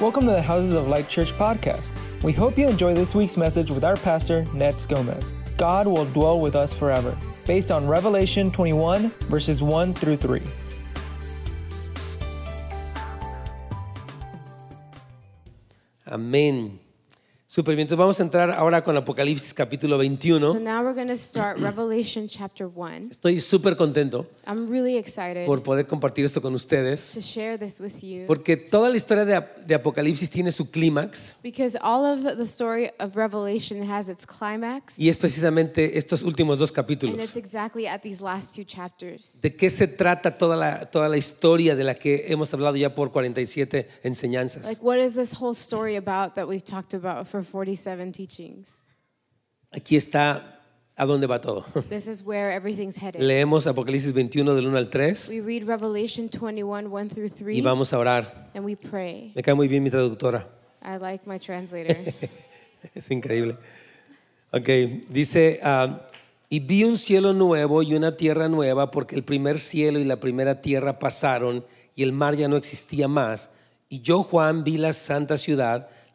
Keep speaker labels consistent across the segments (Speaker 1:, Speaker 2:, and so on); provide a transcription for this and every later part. Speaker 1: Welcome to the Houses of Light Church podcast. We hope you enjoy this week's message with our pastor, Nets Gomez. God will dwell with us forever, based on Revelation 21, verses 1 through 3.
Speaker 2: Amén. Super bien, entonces vamos a entrar ahora con Apocalipsis capítulo
Speaker 3: So
Speaker 2: 21.
Speaker 3: now we're going to start Revelation chapter 1.
Speaker 2: Estoy súper contento
Speaker 3: I'm really excited
Speaker 2: por poder compartir esto con ustedes,
Speaker 3: to share this with you
Speaker 2: porque toda la historia de, Ap- de Apocalipsis tiene su clímax
Speaker 3: because all of the story of Revelation has its climax,
Speaker 2: y es precisamente estos últimos dos
Speaker 3: and it's
Speaker 2: capítulos.
Speaker 3: exactly at these last two chapters.
Speaker 2: ¿De qué se trata toda la, toda la historia de la que hemos hablado ya por 47 enseñanzas?
Speaker 3: Like, what is this whole story about that we've talked about for 47 teachings?
Speaker 2: Aquí está a dónde va todo.
Speaker 3: This is where everything's headed.
Speaker 2: Leemos Apocalipsis 21 del 1 al 3
Speaker 3: We read Revelation 21 1 through
Speaker 2: y
Speaker 3: 3,
Speaker 2: vamos a orar.
Speaker 3: and we pray.
Speaker 2: Me cae muy bien mi traductora.
Speaker 3: I like my translator.
Speaker 2: Es increíble. Ok, dice, ah, y vi un cielo nuevo y una tierra nueva, porque el primer cielo y la primera tierra pasaron y el mar ya no existía más. Y yo, Juan, vi la santa ciudad,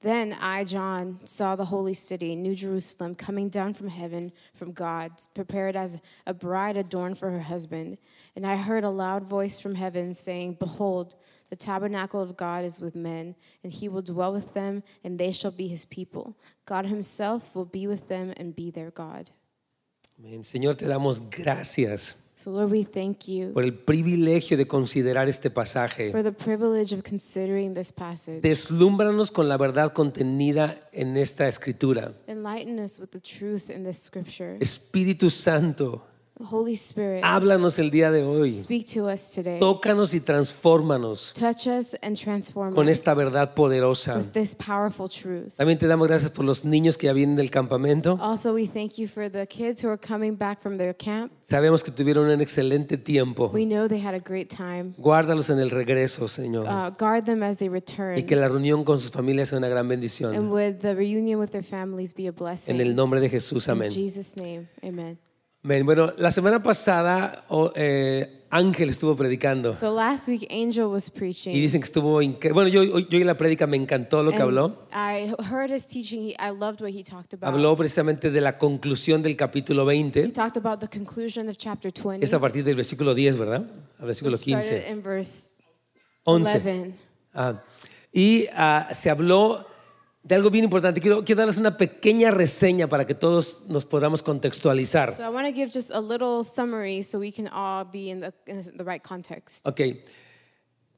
Speaker 3: Then I, John, saw the holy city, New Jerusalem, coming down from heaven from God, prepared as a bride adorned for her husband. And I heard a loud voice from heaven saying, Behold, the tabernacle of God is with men, and he will dwell with them, and they shall be his people. God himself will be with them and be their God.
Speaker 2: Amén. Señor, te damos gracias
Speaker 3: So, Lord, we thank you.
Speaker 2: por el privilegio de considerar este pasaje.
Speaker 3: for the privilege of considering this passage.
Speaker 2: Deslúmbranos con la verdad contenida en esta escritura.
Speaker 3: Enlighten us with the truth in this scripture.
Speaker 2: Espíritu Santo,
Speaker 3: Holy Spirit,
Speaker 2: háblanos el día de hoy.
Speaker 3: speak to us today.
Speaker 2: Tócanos y transfórmanos
Speaker 3: Touch us and transform
Speaker 2: con
Speaker 3: us
Speaker 2: esta verdad poderosa.
Speaker 3: with this powerful truth.
Speaker 2: También te damos gracias por los niños que ya vienen del campamento.
Speaker 3: Also, we thank you for the kids who are coming back from their camp.
Speaker 2: Sabemos que tuvieron un excelente tiempo.
Speaker 3: We know they had a great time.
Speaker 2: Guárdalos en el regreso, Señor.
Speaker 3: Uh, guard them as they
Speaker 2: Y que
Speaker 3: return.
Speaker 2: la reunión con sus familias sea una gran
Speaker 3: And
Speaker 2: bendición.
Speaker 3: would the reunion with their families be a
Speaker 2: En el
Speaker 3: blessing?
Speaker 2: nombre de Jesús,
Speaker 3: In
Speaker 2: amén.
Speaker 3: Jesus' name, amen.
Speaker 2: Amén. Bueno, la semana pasada o- eh, Ángel estuvo predicando
Speaker 3: So last week, Angel was preaching.
Speaker 2: y dicen que estuvo increíble. Bueno, yo, yo oí la prédica me encantó lo que
Speaker 3: And
Speaker 2: habló.
Speaker 3: I heard his teaching. He, I loved what he talked about.
Speaker 2: Habló precisamente de la conclusión del capítulo
Speaker 3: He
Speaker 2: 20,
Speaker 3: talked about the conclusion of chapter 20.
Speaker 2: que es a partir del versículo 10, ¿verdad? Al versículo
Speaker 3: which started
Speaker 2: 15.
Speaker 3: in verse
Speaker 2: 11.
Speaker 3: 11.
Speaker 2: Ah, y ah, se habló de algo bien importante. Quiero, quiero darles una pequeña reseña para que todos nos podamos contextualizar.
Speaker 3: So I want to give just a little summary so we can all be in the, in the right context.
Speaker 2: Ok.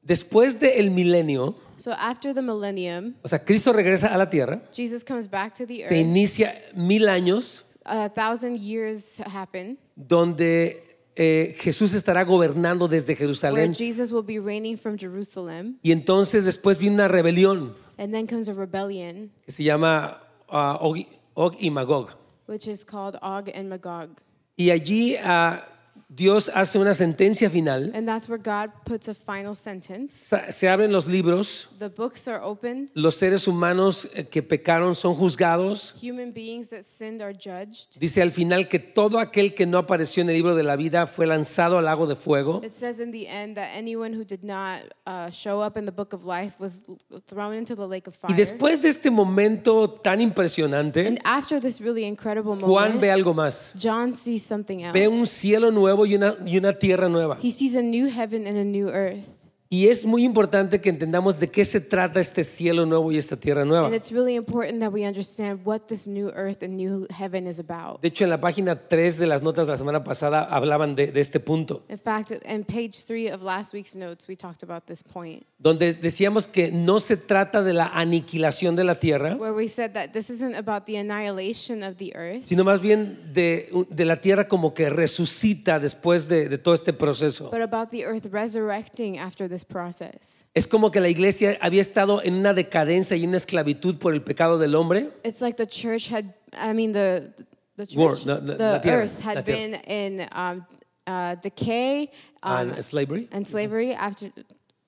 Speaker 2: Después del milenio,
Speaker 3: So after the millennium,
Speaker 2: o sea, Cristo regresa a la tierra,
Speaker 3: Jesus comes back to the
Speaker 2: se
Speaker 3: earth.
Speaker 2: inicia mil años
Speaker 3: A thousand years happen
Speaker 2: donde eh, Jesús estará gobernando desde
Speaker 3: where
Speaker 2: Jerusalén.
Speaker 3: Jesus will be reigning from Jerusalem.
Speaker 2: Y entonces después viene una rebelión
Speaker 3: And then comes a rebellion,
Speaker 2: que se llama ah, Og, y- Og y Magog.
Speaker 3: which is called Og and Magog.
Speaker 2: Y allí ah, Dios hace una sentencia final.
Speaker 3: And that's where God puts a final sentence.
Speaker 2: Sa- Se abren los libros
Speaker 3: The books are opened.
Speaker 2: los seres humanos eh, que pecaron son juzgados.
Speaker 3: Human beings that sinned are judged.
Speaker 2: Dice al final que todo aquel que no apareció en el libro de la vida fue lanzado al lago de fuego.
Speaker 3: It says in the end that anyone who did not uh, show up in the book of life was thrown into the lake of fire.
Speaker 2: Y después de este momento tan impresionante,
Speaker 3: and ¿eh? after this really incredible
Speaker 2: Juan
Speaker 3: moment,
Speaker 2: ve algo más.
Speaker 3: John sees something else.
Speaker 2: Ve un cielo nuevo y una, y una tierra nueva.
Speaker 3: he sees a new heaven and a new earth.
Speaker 2: Y es muy importante que entendamos de qué se trata este cielo nuevo y esta tierra nueva.
Speaker 3: And it's really important that we understand what this new earth and new heaven is about.
Speaker 2: De hecho, en la página 3 de las notas de la semana pasada hablaban de, de este punto,
Speaker 3: In fact, in page three of last week's notes, we talked about this point,
Speaker 2: donde decíamos que no se trata de la aniquilación de la tierra,
Speaker 3: where we said that this isn't about the annihilation of the earth,
Speaker 2: sino más bien de, de la tierra como que resucita después de, de todo este proceso.
Speaker 3: but about the earth resurrecting after this this process.
Speaker 2: Es como que la iglesia había estado en una decadencia y una esclavitud por el pecado del hombre.
Speaker 3: It's like the church had, I mean, the the church,
Speaker 2: War, no, no, la
Speaker 3: the
Speaker 2: tierra,
Speaker 3: earth
Speaker 2: la
Speaker 3: had
Speaker 2: tierra.
Speaker 3: been in um, uh, decay um,
Speaker 2: And slavery.
Speaker 3: and slavery after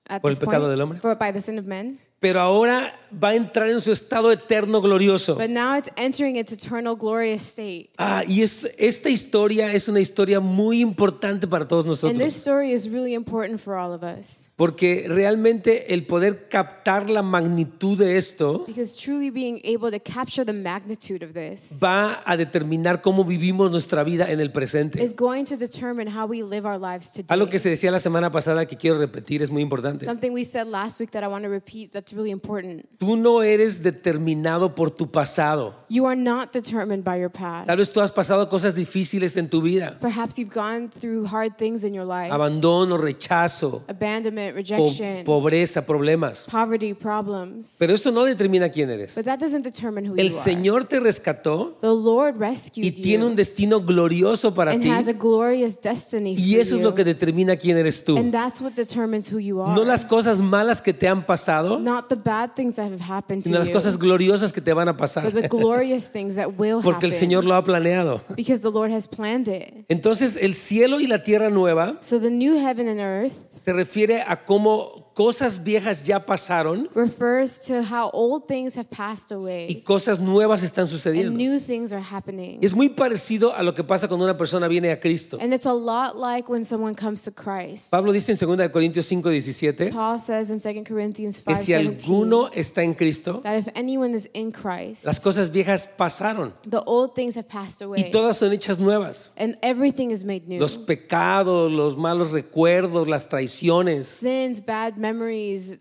Speaker 3: at
Speaker 2: Por el
Speaker 3: this
Speaker 2: pecado
Speaker 3: point,
Speaker 2: del hombre.
Speaker 3: For, by the sin of men.
Speaker 2: Pero ahora va a entrar en su estado eterno glorioso.
Speaker 3: But now it's entering its eternal glorious state.
Speaker 2: Ah, y es, esta historia es una historia muy importante para todos
Speaker 3: And this
Speaker 2: nosotros.
Speaker 3: story is really important for all of us
Speaker 2: Porque realmente el poder captar la magnitud de esto
Speaker 3: because truly being able to capture the magnitude of this
Speaker 2: va a determinar cómo vivimos nuestra vida en el presente.
Speaker 3: is going to determine how we live our lives today.
Speaker 2: Algo que se decía la semana pasada que quiero repetir es muy importante.
Speaker 3: Something we said last week that I want to repeat that's really important.
Speaker 2: Tú no eres determinado por tu pasado.
Speaker 3: You are not determined by your
Speaker 2: Tal
Speaker 3: past.
Speaker 2: vez tú has pasado cosas difíciles en tu vida.
Speaker 3: Perhaps you've gone through hard things in your life
Speaker 2: Abandono, rechazo,
Speaker 3: abandonment,
Speaker 2: po-
Speaker 3: rejection,
Speaker 2: pobreza, problemas.
Speaker 3: poverty, problems.
Speaker 2: Pero eso no determina quién eres.
Speaker 3: But that doesn't determine who
Speaker 2: El
Speaker 3: you are.
Speaker 2: Señor te rescató
Speaker 3: The Lord
Speaker 2: y
Speaker 3: rescued
Speaker 2: tiene un
Speaker 3: you
Speaker 2: destino glorioso para
Speaker 3: and
Speaker 2: ti.
Speaker 3: has a glorious destiny for
Speaker 2: Y eso es lo que
Speaker 3: you.
Speaker 2: determina quién eres tú.
Speaker 3: And that's what determines who you
Speaker 2: No
Speaker 3: are.
Speaker 2: las cosas malas que te han pasado,
Speaker 3: Not the bad things that have happened to
Speaker 2: sino las cosas
Speaker 3: you,
Speaker 2: gloriosas que te van a pasar.
Speaker 3: but the glorious things that will
Speaker 2: Porque el Señor
Speaker 3: happen
Speaker 2: lo ha planeado.
Speaker 3: because the Lord has planned it.
Speaker 2: Entonces, el cielo y la tierra nueva
Speaker 3: So the new heaven and earth
Speaker 2: se refiere a cómo cosas viejas ya pasaron
Speaker 3: refers to how old things have passed
Speaker 2: y
Speaker 3: away
Speaker 2: cosas nuevas están
Speaker 3: and
Speaker 2: sucediendo.
Speaker 3: new things are happening.
Speaker 2: Y es muy parecido a lo que pasa cuando una persona viene a Cristo.
Speaker 3: And it's a lot like when someone comes to Christ.
Speaker 2: Pablo dice en 2 de Corintios 5, 17
Speaker 3: Paul says in 2 Corinthians
Speaker 2: que
Speaker 3: 5
Speaker 2: si alguno está en Cristo,
Speaker 3: that if anyone is in Christ,
Speaker 2: las cosas viejas pasaron
Speaker 3: the old things have passed
Speaker 2: y
Speaker 3: away
Speaker 2: todas son hechas nuevas.
Speaker 3: and everything is made new.
Speaker 2: Los pecados, los malos recuerdos, las traiciones,
Speaker 3: Sins, bad memories,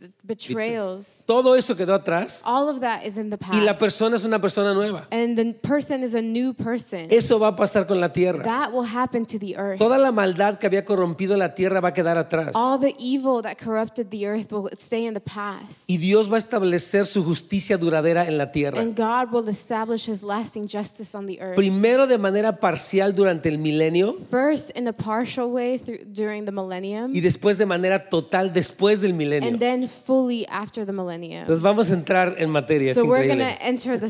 Speaker 3: betrayals,
Speaker 2: todo eso quedó atrás
Speaker 3: all of that is in the
Speaker 2: y la
Speaker 3: past.
Speaker 2: persona es una persona nueva.
Speaker 3: And the person is a new person.
Speaker 2: Eso va a pasar con la tierra.
Speaker 3: That will happen to the earth.
Speaker 2: Toda la maldad que había corrompido la tierra va a quedar atrás.
Speaker 3: All the evil that corrupted the earth will stay in the past.
Speaker 2: Y Dios va a establecer su justicia duradera en la tierra.
Speaker 3: And God will establish his lasting justice on the earth.
Speaker 2: Primero de manera parcial durante el milenio
Speaker 3: First, in a partial way through, during the millennium,
Speaker 2: y después de manera total después del milenio.
Speaker 3: and then fully after the millennium.
Speaker 2: Entonces vamos a entrar en materia. es
Speaker 3: So we're going
Speaker 2: increíble.
Speaker 3: to enter the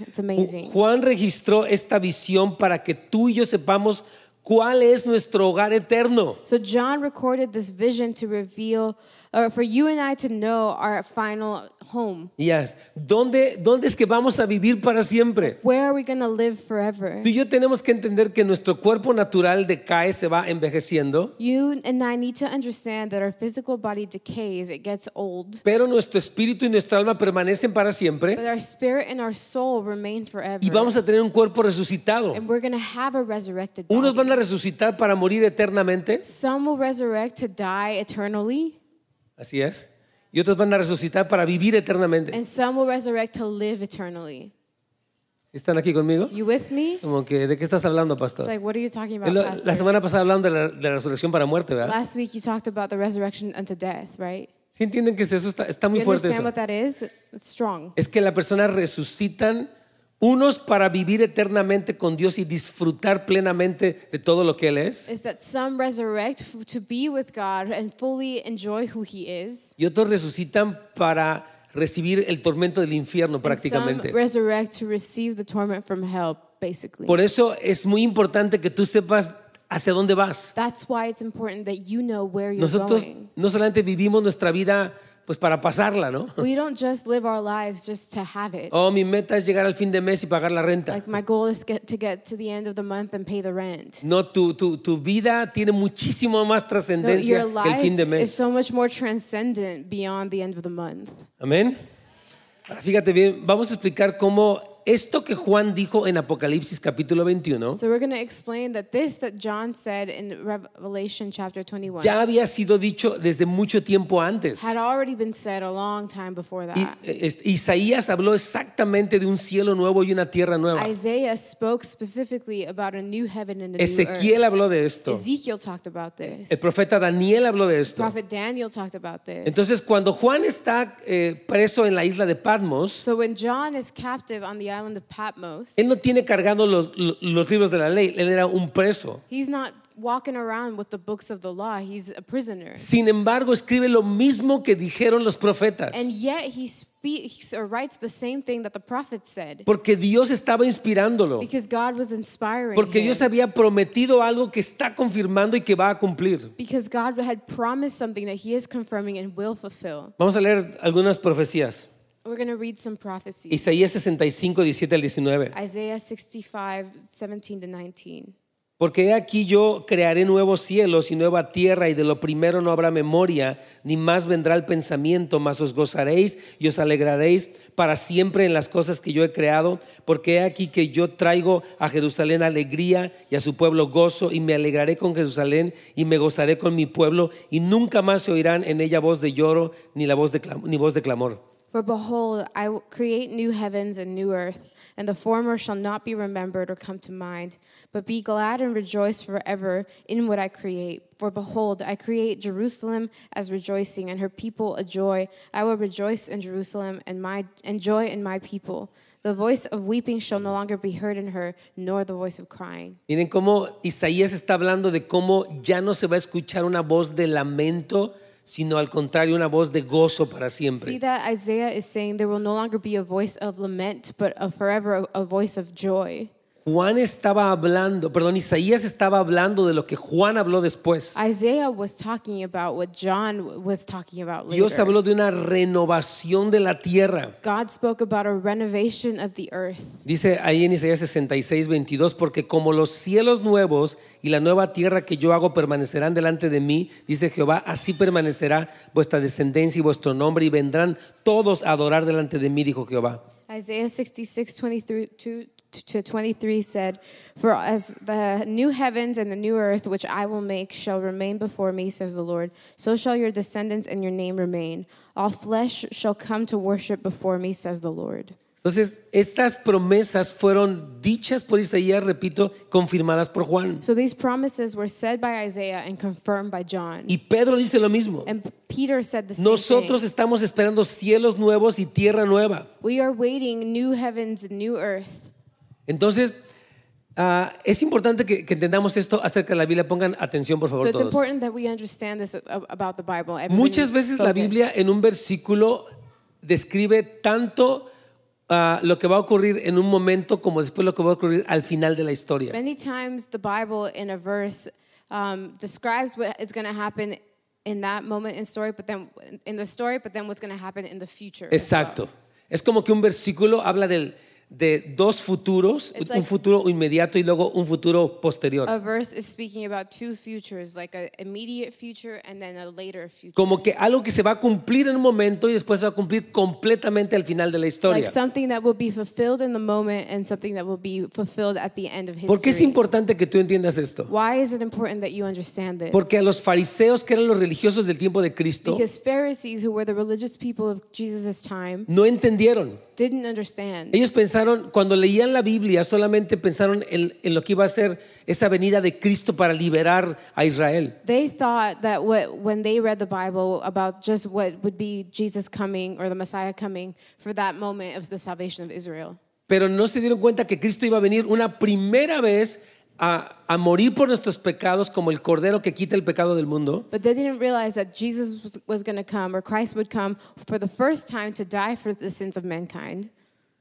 Speaker 3: It's amazing.
Speaker 2: Juan registró esta visión para que tú y yo sepamos cuál es nuestro hogar eterno.
Speaker 3: So John recorded this vision to reveal, or for you and I to know our final home.
Speaker 2: Yes. ¿Dónde, ¿Dónde es que vamos a vivir para siempre?
Speaker 3: Where are we going to live forever?
Speaker 2: Tú y yo tenemos que entender que nuestro cuerpo natural decae, se va envejeciendo,
Speaker 3: You and I need to understand that our physical body decays, it gets old,
Speaker 2: pero nuestro espíritu y nuestra alma permanecen para siempre.
Speaker 3: but our spirit and our soul remain forever.
Speaker 2: y vamos a tener un cuerpo resucitado.
Speaker 3: and we're going to have a resurrected body.
Speaker 2: Unos van a resucitar para morir eternamente,
Speaker 3: Some will resurrect to die eternally,
Speaker 2: así es, y otros van a resucitar para vivir eternamente.
Speaker 3: and some will resurrect to live eternally.
Speaker 2: ¿Están aquí conmigo?
Speaker 3: You with me?
Speaker 2: Como que, ¿de qué estás hablando,
Speaker 3: It's
Speaker 2: pastor?
Speaker 3: like, what are you
Speaker 2: Es
Speaker 3: talking about,
Speaker 2: lo-
Speaker 3: Pastor?
Speaker 2: La semana pasada hablamos de la, de la resurrección para muerte, ¿verdad?
Speaker 3: Last week you talked about the resurrection unto death, right?
Speaker 2: ¿Sí entienden que eso está, está muy
Speaker 3: You
Speaker 2: fuerte
Speaker 3: understand
Speaker 2: eso?
Speaker 3: what that is? It's strong.
Speaker 2: Es que las personas resucitan unos para vivir eternamente con Dios y disfrutar plenamente de todo lo que Él es,
Speaker 3: Is that some resurrect f- to be with God and fully enjoy who He is?
Speaker 2: y otros resucitan para recibir el tormento del infierno
Speaker 3: and Some
Speaker 2: prácticamente.
Speaker 3: resurrect to receive the torment from hell, basically.
Speaker 2: Por eso es muy importante que tú sepas hacia dónde vas.
Speaker 3: That's why it's important that you know where you're
Speaker 2: Nosotros
Speaker 3: going.
Speaker 2: no solamente vivimos nuestra vida pues para pasarla, ¿no?
Speaker 3: We don't just live our lives just to have it.
Speaker 2: Oh, mi meta es llegar al fin de mes y pagar la renta.
Speaker 3: Like my goal is get, to get to the end of the month and pay the rent.
Speaker 2: No, tu, tu, tu vida tiene muchísimo más
Speaker 3: No, your
Speaker 2: trascendencia que el
Speaker 3: life
Speaker 2: fin de
Speaker 3: is
Speaker 2: mes.
Speaker 3: so much more transcendent beyond the end of the month.
Speaker 2: Amén. Ahora, fíjate bien, vamos a explicar cómo esto que Juan dijo en Apocalipsis capítulo 21
Speaker 3: So we're going to explain that this that John said in Revelation chapter 21
Speaker 2: ya había sido dicho desde mucho tiempo antes.
Speaker 3: had already been said a long time before
Speaker 2: Y-
Speaker 3: that.
Speaker 2: es- Isaías habló exactamente de un cielo nuevo y una tierra nueva.
Speaker 3: Isaiah spoke specifically about a new heaven and a new
Speaker 2: Ezequiel
Speaker 3: earth.
Speaker 2: habló de esto.
Speaker 3: Ezekiel talked about this.
Speaker 2: El profeta Daniel habló de esto.
Speaker 3: Prophet Daniel talked about this.
Speaker 2: Entonces, cuando Juan está eh, preso en la isla de Patmos,
Speaker 3: so when John is captive on the island of Patmos,
Speaker 2: él no tiene cargando los, los libros de la ley, él era un preso.
Speaker 3: he's not walking around with the books of the law. He's a prisoner.
Speaker 2: Sin embargo, escribe lo mismo que dijeron los profetas.
Speaker 3: And yet he speaks or writes the same thing that the prophets said
Speaker 2: Porque Dios estaba inspirándolo.
Speaker 3: because God was inspiring
Speaker 2: Porque
Speaker 3: him.
Speaker 2: Dios había prometido algo que está confirmando y que va a cumplir.
Speaker 3: because God had promised something that he is confirming and will fulfill.
Speaker 2: Vamos a leer algunas profecías.
Speaker 3: We're going to read some prophecies.
Speaker 2: Isaías 65, 17 al 19.
Speaker 3: Isaiah 65, 17 to 19.
Speaker 2: Porque he aquí yo crearé nuevos cielos y nueva tierra, y de lo primero no habrá memoria, ni más vendrá el pensamiento, mas os gozaréis y os alegraréis para siempre en las cosas que yo he creado, porque he aquí que yo traigo a Jerusalén alegría y a su pueblo gozo, y me alegraré con Jerusalén y me gozaré con mi pueblo, y nunca más se oirán en ella voz de lloro ni, la voz de clam- ni voz de clamor.
Speaker 3: For behold, I will create new heavens and new earth, and the former shall not be remembered or come to mind. But be glad and rejoice forever in what I create. For behold, I create Jerusalem as rejoicing, and her people a joy. I will rejoice in Jerusalem and my and joy in my people. The voice of weeping shall no longer be heard in her, nor the voice of crying.
Speaker 2: Miren cómo Isaías está hablando de cómo ya no se va a escuchar una voz de lamento, sino al contrario una voz de gozo para
Speaker 3: See
Speaker 2: siempre.
Speaker 3: that Isaiah is saying there will no longer be a voice of lament, but a forever a, a voice of joy.
Speaker 2: Juan estaba hablando, perdón, Isaías estaba hablando de lo que Juan habló después.
Speaker 3: Isaiah was talking about what John w- was talking about later.
Speaker 2: Dios habló de una renovación de la tierra.
Speaker 3: God spoke about a renovation of the earth.
Speaker 2: Dice ahí en Isaías 66, 22, porque como los cielos nuevos y la nueva tierra que yo hago permanecerán delante de mí, dice Jehová, así permanecerá vuestra descendencia y vuestro nombre y vendrán todos a adorar delante de mí, dijo Jehová.
Speaker 3: Isaiah 66, 23 to to 23 said, For as the new heavens and the new earth which I will make shall remain before me, says the Lord, so shall your descendants and your name remain. All flesh shall come to worship before me, says the Lord.
Speaker 2: Entonces, estas promesas fueron dichas por Isaías, repito, confirmadas por Juan.
Speaker 3: So these promises were said by Isaiah and confirmed by John.
Speaker 2: Y Pedro dice lo mismo.
Speaker 3: And Peter said the same thing.
Speaker 2: Nosotros estamos esperando cielos nuevos y tierra nueva.
Speaker 3: We are waiting new heavens and new earth.
Speaker 2: Entonces, ah, es importante que, que entendamos esto acerca de la Biblia. Pongan atención, por
Speaker 3: So
Speaker 2: favor,
Speaker 3: it's
Speaker 2: todos.
Speaker 3: important that we understand this ab- about the Bible. Everybody
Speaker 2: Muchas veces la
Speaker 3: focus.
Speaker 2: Biblia en un versículo describe tanto ah, lo que va a ocurrir en un momento como después lo que va a ocurrir al final de la historia.
Speaker 3: Many times the Bible in a verse um, describes what is going to happen in that moment in story, but then in the story, but then what's going to happen in the future. as well.
Speaker 2: Exacto. Es como que un versículo habla del- de dos futuros,
Speaker 3: It's
Speaker 2: un
Speaker 3: like-
Speaker 2: futuro inmediato y luego un futuro posterior.
Speaker 3: A verse is speaking about two futures, like an immediate future and then a later future.
Speaker 2: Como que algo que se va a cumplir en un momento y después se va a cumplir completamente al final de la
Speaker 3: like
Speaker 2: historia.
Speaker 3: something that will be fulfilled in the moment and something that will be fulfilled at the end of history.
Speaker 2: ¿Por qué es importante que tú entiendas esto?
Speaker 3: Why is it important that you understand this?
Speaker 2: Porque a los fariseos, que eran los religiosos del tiempo de Cristo,
Speaker 3: Because Pharisees, who were the religious people of Jesus' time,
Speaker 2: no entendieron.
Speaker 3: didn't understand.
Speaker 2: Ellos pensaron, cuando leían la Biblia, solamente pensaron en, en lo que iba a ser esa venida de Cristo para liberar a Israel.
Speaker 3: They thought that what, when they read the Bible about just what would be Jesus coming or the Messiah coming for that moment of the salvation of Israel.
Speaker 2: Pero no se dieron cuenta que Cristo iba a venir una primera vez a, a morir por nuestros pecados como el cordero que quita el pecado del mundo.
Speaker 3: But they didn't realize that Jesus was, was going to come or Christ would come for the first time to die for the sins of mankind.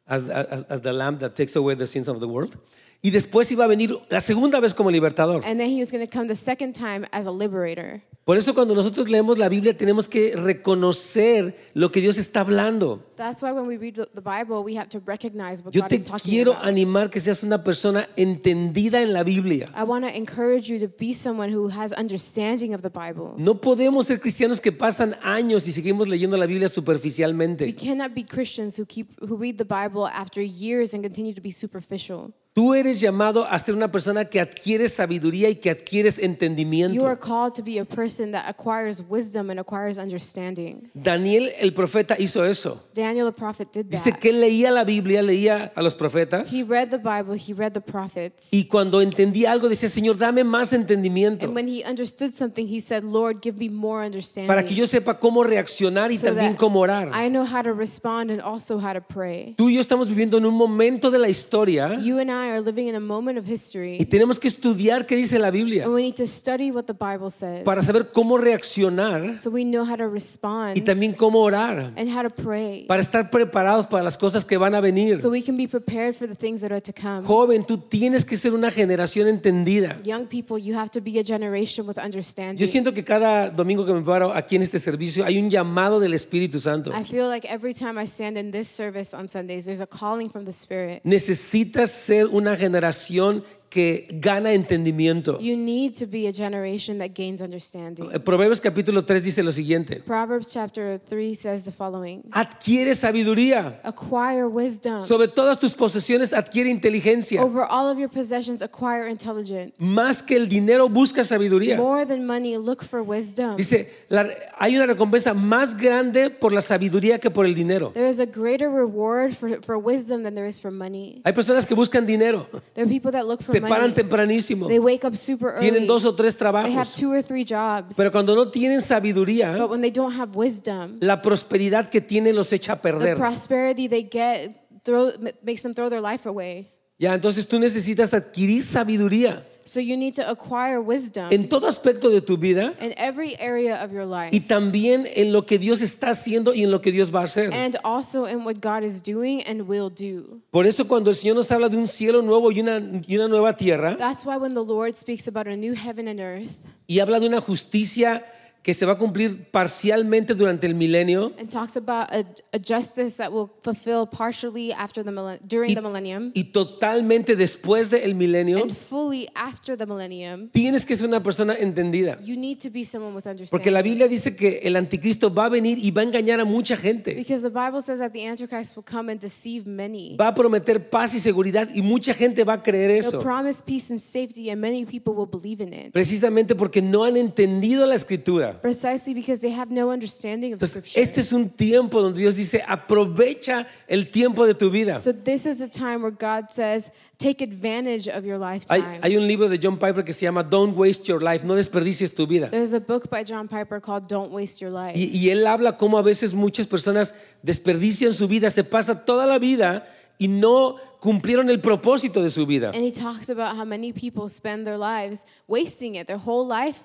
Speaker 2: As, as- as the lamb that takes away the sins of the world. Y después iba a venir la segunda vez como libertador.
Speaker 3: And then he was going to come the second time as a liberator.
Speaker 2: Por eso cuando nosotros leemos la Biblia tenemos que reconocer lo que Dios está hablando.
Speaker 3: That's why when we read the the Bible, we have to recognize what
Speaker 2: Yo
Speaker 3: God
Speaker 2: te
Speaker 3: is talking
Speaker 2: quiero
Speaker 3: about.
Speaker 2: animar que seas una persona entendida en la Biblia.
Speaker 3: I want to encourage you to be someone who has understanding of the Bible.
Speaker 2: No podemos ser cristianos que pasan años y seguimos leyendo la Biblia
Speaker 3: We
Speaker 2: superficialmente.
Speaker 3: cannot be Christians who keep who read the Bible after years and continue to be superficial.
Speaker 2: Tú eres llamado a ser una persona que adquiere sabiduría y que adquieres
Speaker 3: You are
Speaker 2: entendimiento.
Speaker 3: called to be a person that acquires wisdom and acquires understanding.
Speaker 2: Daniel el profeta hizo eso.
Speaker 3: Daniel the prophet did
Speaker 2: Dice
Speaker 3: that.
Speaker 2: que él leía la Biblia, leía a los profetas
Speaker 3: He read the Bible, he read the prophets.
Speaker 2: y cuando entendía algo decía, Señor, dame más entendimiento
Speaker 3: And when he understood something, he said, "Lord, give me more understanding."
Speaker 2: para que yo sepa cómo reaccionar y
Speaker 3: so
Speaker 2: también
Speaker 3: that
Speaker 2: cómo orar.
Speaker 3: I know how to respond and also how to pray.
Speaker 2: Tú y yo estamos viviendo en un momento de la historia
Speaker 3: You and I I are living in a moment of
Speaker 2: Y
Speaker 3: history,
Speaker 2: tenemos que estudiar qué dice la Biblia
Speaker 3: and we need to study what the Bible says
Speaker 2: para saber cómo reaccionar
Speaker 3: so we know how to
Speaker 2: y
Speaker 3: respond
Speaker 2: también cómo orar,
Speaker 3: and how to pray
Speaker 2: para estar preparados para las cosas que van a venir.
Speaker 3: so we can be prepared for the things that are to come.
Speaker 2: Joven, tú tienes que ser una generación entendida.
Speaker 3: Young people, you have to be a generation with
Speaker 2: Yo
Speaker 3: understanding.
Speaker 2: siento que cada domingo que me paro aquí en este servicio hay un llamado del Espíritu Santo.
Speaker 3: I feel like every time I stand in this service on Sundays, there's a calling from the Spirit.
Speaker 2: Necesitas ser una generación que gana entendimiento. Eh,
Speaker 3: You need to be a generation that gains understanding.
Speaker 2: Proverbios capítulo 3 dice lo siguiente.
Speaker 3: Proverbs chapter 3 says the following
Speaker 2: Adquiere sabiduría.
Speaker 3: Acquire wisdom.
Speaker 2: Sobre todas tus posesiones adquiere inteligencia.
Speaker 3: Over all of your possessions, acquire intelligence.
Speaker 2: Más que el dinero busca sabiduría.
Speaker 3: More than money, look for wisdom.
Speaker 2: Dice, la- hay una recompensa más grande por la sabiduría que por el dinero.
Speaker 3: There is a greater reward for, for wisdom than there is for money.
Speaker 2: Hay personas que buscan dinero,
Speaker 3: There are people that look for
Speaker 2: se paran
Speaker 3: money.
Speaker 2: tempranísimo,
Speaker 3: They wake up super
Speaker 2: tienen
Speaker 3: early.
Speaker 2: dos o tres
Speaker 3: They have
Speaker 2: trabajos,
Speaker 3: two or three jobs.
Speaker 2: pero cuando no tienen sabiduría,
Speaker 3: But when they don't have wisdom,
Speaker 2: la prosperidad que tienen los echa a
Speaker 3: the
Speaker 2: perder.
Speaker 3: prosperity they get throw, makes them throw their life away.
Speaker 2: Ya, entonces tú necesitas adquirir sabiduría
Speaker 3: So you need to acquire wisdom
Speaker 2: en todo aspecto de tu vida
Speaker 3: in every area of your life.
Speaker 2: y también en lo que Dios está haciendo y en lo que Dios va a hacer.
Speaker 3: and also in what God is doing and will do.
Speaker 2: Por eso cuando el Señor nos habla de un cielo nuevo y una, y una nueva tierra
Speaker 3: That's why when the Lord speaks about a new heaven and earth
Speaker 2: y habla de una justicia que se va a cumplir parcialmente durante el milenio
Speaker 3: and talks about a, a justice that will fulfill partially after the millen- during
Speaker 2: y,
Speaker 3: the millennium
Speaker 2: y totalmente después del milenio,
Speaker 3: and fully after the millennium,
Speaker 2: tienes que ser una persona entendida.
Speaker 3: you need to be someone with
Speaker 2: Porque la
Speaker 3: understanding.
Speaker 2: Biblia dice que el anticristo va a venir y va a engañar a mucha gente.
Speaker 3: Because the Bible says that the Antichrist will come and deceive many.
Speaker 2: Va a prometer paz y seguridad y mucha gente va a creer
Speaker 3: He'll
Speaker 2: eso.
Speaker 3: promise peace and safety, and many people will believe in it.
Speaker 2: Precisamente porque no han entendido la escritura.
Speaker 3: Precisely because they have no understanding of
Speaker 2: Entonces,
Speaker 3: Scripture.
Speaker 2: este es un tiempo donde Dios dice, aprovecha el tiempo de tu vida.
Speaker 3: So this is a time where God says, take advantage of your
Speaker 2: Hay,
Speaker 3: lifetime.
Speaker 2: hay un libro de John Piper que se llama Don't Waste Your Life, no desperdicies tu vida.
Speaker 3: There's a book by John Piper called Don't Waste Your Life.
Speaker 2: Y, y él habla cómo a veces muchas personas desperdician su vida, se pasa toda la vida y no cumplieron el propósito de su vida.
Speaker 3: And he talks about how many people spend their lives wasting it. Their whole life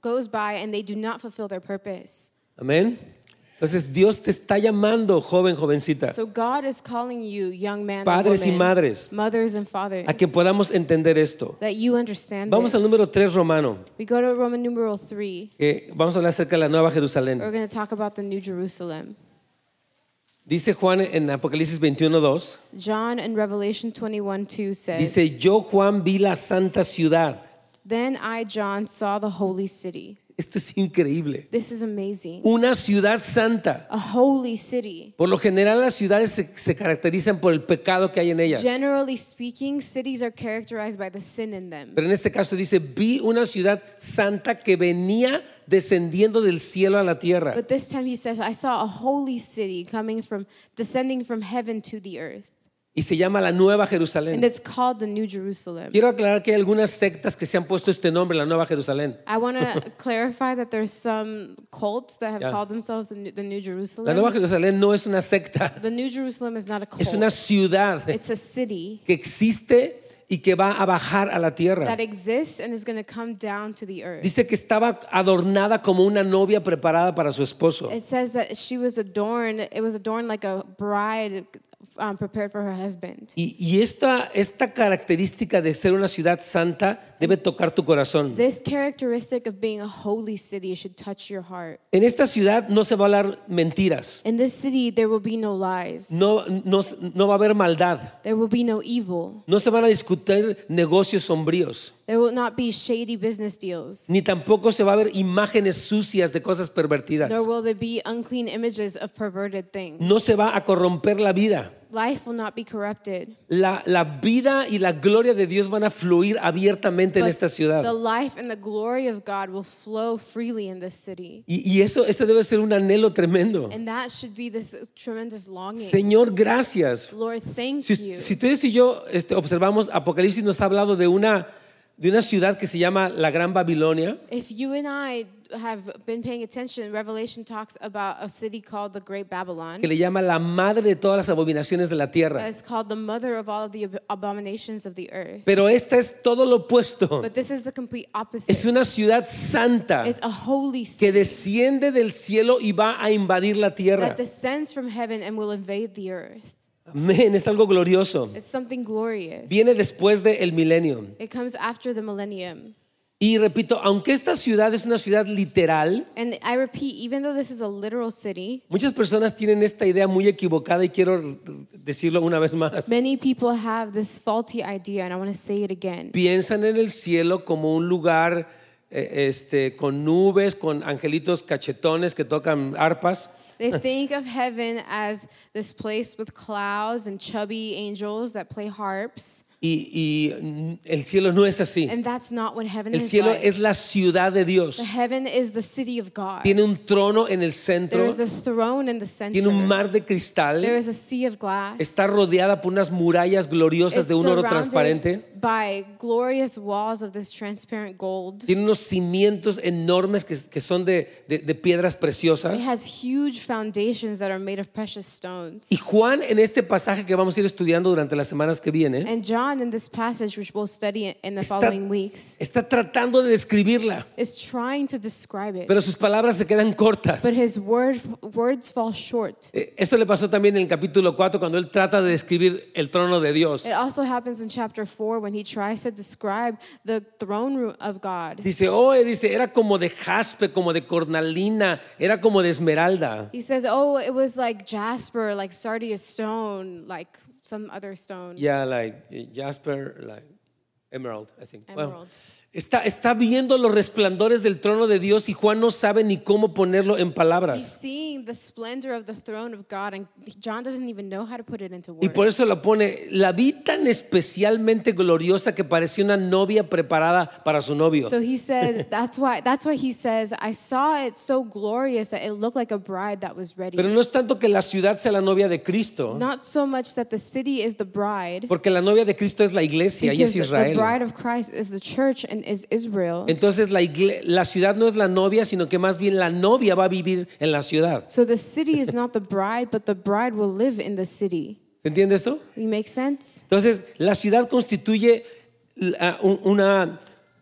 Speaker 3: goes by and they do not fulfill their purpose.
Speaker 2: Amén. Entonces Dios te está llamando, joven, jovencita,
Speaker 3: So God is calling you, young man, and
Speaker 2: Padres y
Speaker 3: woman,
Speaker 2: madres.
Speaker 3: mothers and fathers,
Speaker 2: a que podamos entender esto.
Speaker 3: that you understand
Speaker 2: Vamos al
Speaker 3: this.
Speaker 2: número 3 romano,
Speaker 3: We go to Roman numeral 3.
Speaker 2: que vamos a hablar acerca de la Nueva Jerusalén.
Speaker 3: We're going to talk about the New Jerusalem.
Speaker 2: Dice Juan en Apocalipsis 21.2,
Speaker 3: John in Revelation 21 2 says,
Speaker 2: dice, yo Juan vi la santa ciudad.
Speaker 3: Then I, John, saw the holy city.
Speaker 2: Esto es increíble.
Speaker 3: This is amazing.
Speaker 2: Una ciudad santa.
Speaker 3: A holy city.
Speaker 2: Por lo general las ciudades se, se caracterizan por el pecado que hay en ellas.
Speaker 3: Generally speaking, cities are characterized by the sin in them.
Speaker 2: Pero en este caso dice, vi una ciudad santa que venía descendiendo del cielo a la tierra.
Speaker 3: But this time he says, I saw a holy city coming from, descending from heaven to the earth.
Speaker 2: Y se llama la Nueva
Speaker 3: And
Speaker 2: Jerusalén.
Speaker 3: it's called the New Jerusalem.
Speaker 2: Quiero aclarar que hay algunas sectas que se han puesto este nombre, la Nueva Jerusalén.
Speaker 3: I want to clarify that there's some cults that have
Speaker 2: Yeah.
Speaker 3: called themselves the New, the New
Speaker 2: La Nueva
Speaker 3: Jerusalem.
Speaker 2: Jerusalén no es una secta,
Speaker 3: The New Jerusalem is not a cult.
Speaker 2: es una ciudad
Speaker 3: It's a city
Speaker 2: que existe y que va a bajar a la tierra.
Speaker 3: that exists and is going to come down to the earth.
Speaker 2: Dice que estaba adornada como una novia preparada para su esposo.
Speaker 3: It says that she was adorned, it was adorned like a bride um, prepared for her husband.
Speaker 2: Y, y esta, esta característica de ser una ciudad santa debe tocar tu corazón.
Speaker 3: This characteristic of being a holy city should touch your heart.
Speaker 2: En esta ciudad no se va a hablar mentiras,
Speaker 3: In this city, there will be no lies.
Speaker 2: no, no, no va a haber maldad,
Speaker 3: There will be no evil.
Speaker 2: no se van a discutir negocios sombríos,
Speaker 3: There will not be shady business deals.
Speaker 2: ni tampoco se va a ver imágenes sucias de cosas pervertidas.
Speaker 3: Nor will there be unclean images of perverted things.
Speaker 2: No se va a corromper la vida.
Speaker 3: Life will not be corrupted.
Speaker 2: La, la vida y la gloria de Dios van a fluir abiertamente en
Speaker 3: But
Speaker 2: esta
Speaker 3: The
Speaker 2: ciudad.
Speaker 3: life and the glory of God will flow freely in this city.
Speaker 2: Y, y eso, eso debe ser un anhelo tremendo.
Speaker 3: And that should be this tremendous longing.
Speaker 2: Señor, gracias.
Speaker 3: Lord, thank
Speaker 2: Si,
Speaker 3: you.
Speaker 2: si ustedes y yo este, observamos, Apocalipsis nos ha hablado de una de una ciudad que se llama la Gran Babilonia,
Speaker 3: If you and I have been paying attention, Revelation talks about a city called the Great Babylon.
Speaker 2: que le llama la madre de todas las abominaciones de la tierra.
Speaker 3: It's called the mother of all of the ab- abominations of the earth.
Speaker 2: Pero esta es todo lo opuesto.
Speaker 3: But this is the complete opposite.
Speaker 2: Es una ciudad santa
Speaker 3: It's a holy
Speaker 2: que
Speaker 3: city
Speaker 2: desciende del cielo y va a invadir la tierra.
Speaker 3: that descends from heaven and will invade the earth.
Speaker 2: Amén, es algo glorioso.
Speaker 3: It's something glorious.
Speaker 2: Viene después del milenio.
Speaker 3: It comes after the millennium.
Speaker 2: Y repito, aunque esta ciudad es una ciudad literal,
Speaker 3: And I repeat, even though this is a literal city,
Speaker 2: muchas personas tienen esta idea muy equivocada y quiero r- decirlo una vez más.
Speaker 3: many people have this faulty idea, and I want to say it again.
Speaker 2: Piensan en el cielo como un lugar eh, este, con nubes, con angelitos cachetones que tocan arpas.
Speaker 3: They think of heaven as this place with clouds and chubby angels that play harps,
Speaker 2: Y, y, mm, el cielo no es así.
Speaker 3: and that's not what heaven
Speaker 2: El
Speaker 3: is
Speaker 2: cielo
Speaker 3: like.
Speaker 2: es la ciudad de Dios.
Speaker 3: The heaven is the city of God.
Speaker 2: Tiene un trono en el
Speaker 3: There
Speaker 2: centro,
Speaker 3: is a throne in the center.
Speaker 2: tiene un mar de
Speaker 3: There
Speaker 2: cristal,
Speaker 3: is a sea of glass.
Speaker 2: está rodeada por unas murallas gloriosas
Speaker 3: It's
Speaker 2: de un oro
Speaker 3: surrounded
Speaker 2: transparente,
Speaker 3: by glorious walls of this transparent gold.
Speaker 2: tiene unos cimientos enormes que, que son de, de- de piedras
Speaker 3: It
Speaker 2: preciosas.
Speaker 3: has huge foundations that are made of precious stones.
Speaker 2: Y Juan en este pasaje que vamos a ir estudiando durante las semanas que viene,
Speaker 3: And John, in this passage, which we'll study in the
Speaker 2: Está-
Speaker 3: following weeks,
Speaker 2: está tratando de describirla,
Speaker 3: is trying to describe it.
Speaker 2: pero sus palabras se quedan cortas.
Speaker 3: But his word, words fall short.
Speaker 2: Eh, Esto le pasó también en el capítulo 4 cuando él trata de describir el trono de Dios.
Speaker 3: It also happens in chapter 4 when he tries to describe the throne room of God.
Speaker 2: Dice, oh, dice, era como de jaspe, como de cornalina, era como de esmeralda.
Speaker 3: He says, Oh, it was like jasper, like sardius stone, like some other stone.
Speaker 2: Yeah, like eh, jasper, like emerald, I think. Well,
Speaker 3: Emerald.
Speaker 2: está, está viendo los resplandores del trono de Dios y Juan no sabe ni cómo ponerlo en
Speaker 3: He's
Speaker 2: palabras.
Speaker 3: seeing the splendor of the throne of God, and John doesn't even know how to put it into
Speaker 2: Y por
Speaker 3: words.
Speaker 2: eso la pone, la vi tan especialmente gloriosa que parecía una novia preparada para su novio.
Speaker 3: So he said, That's why, that's why he says, I saw it so glorious that it looked like a bride that was ready.
Speaker 2: Pero no es tanto que la ciudad sea la novia de Cristo,
Speaker 3: Not so much that the city is the bride,
Speaker 2: porque la novia de Cristo es la iglesia y
Speaker 3: because
Speaker 2: es
Speaker 3: the
Speaker 2: Israel.
Speaker 3: bride of Christ is the church and is Israel.
Speaker 2: Entonces la, igle- la ciudad no es la novia, sino que más bien la novia va a vivir en la ciudad.
Speaker 3: So the city is not the bride, but the bride will live in the city.
Speaker 2: ¿Se entiende esto?
Speaker 3: You make sense?
Speaker 2: Entonces la ciudad constituye la- un- una,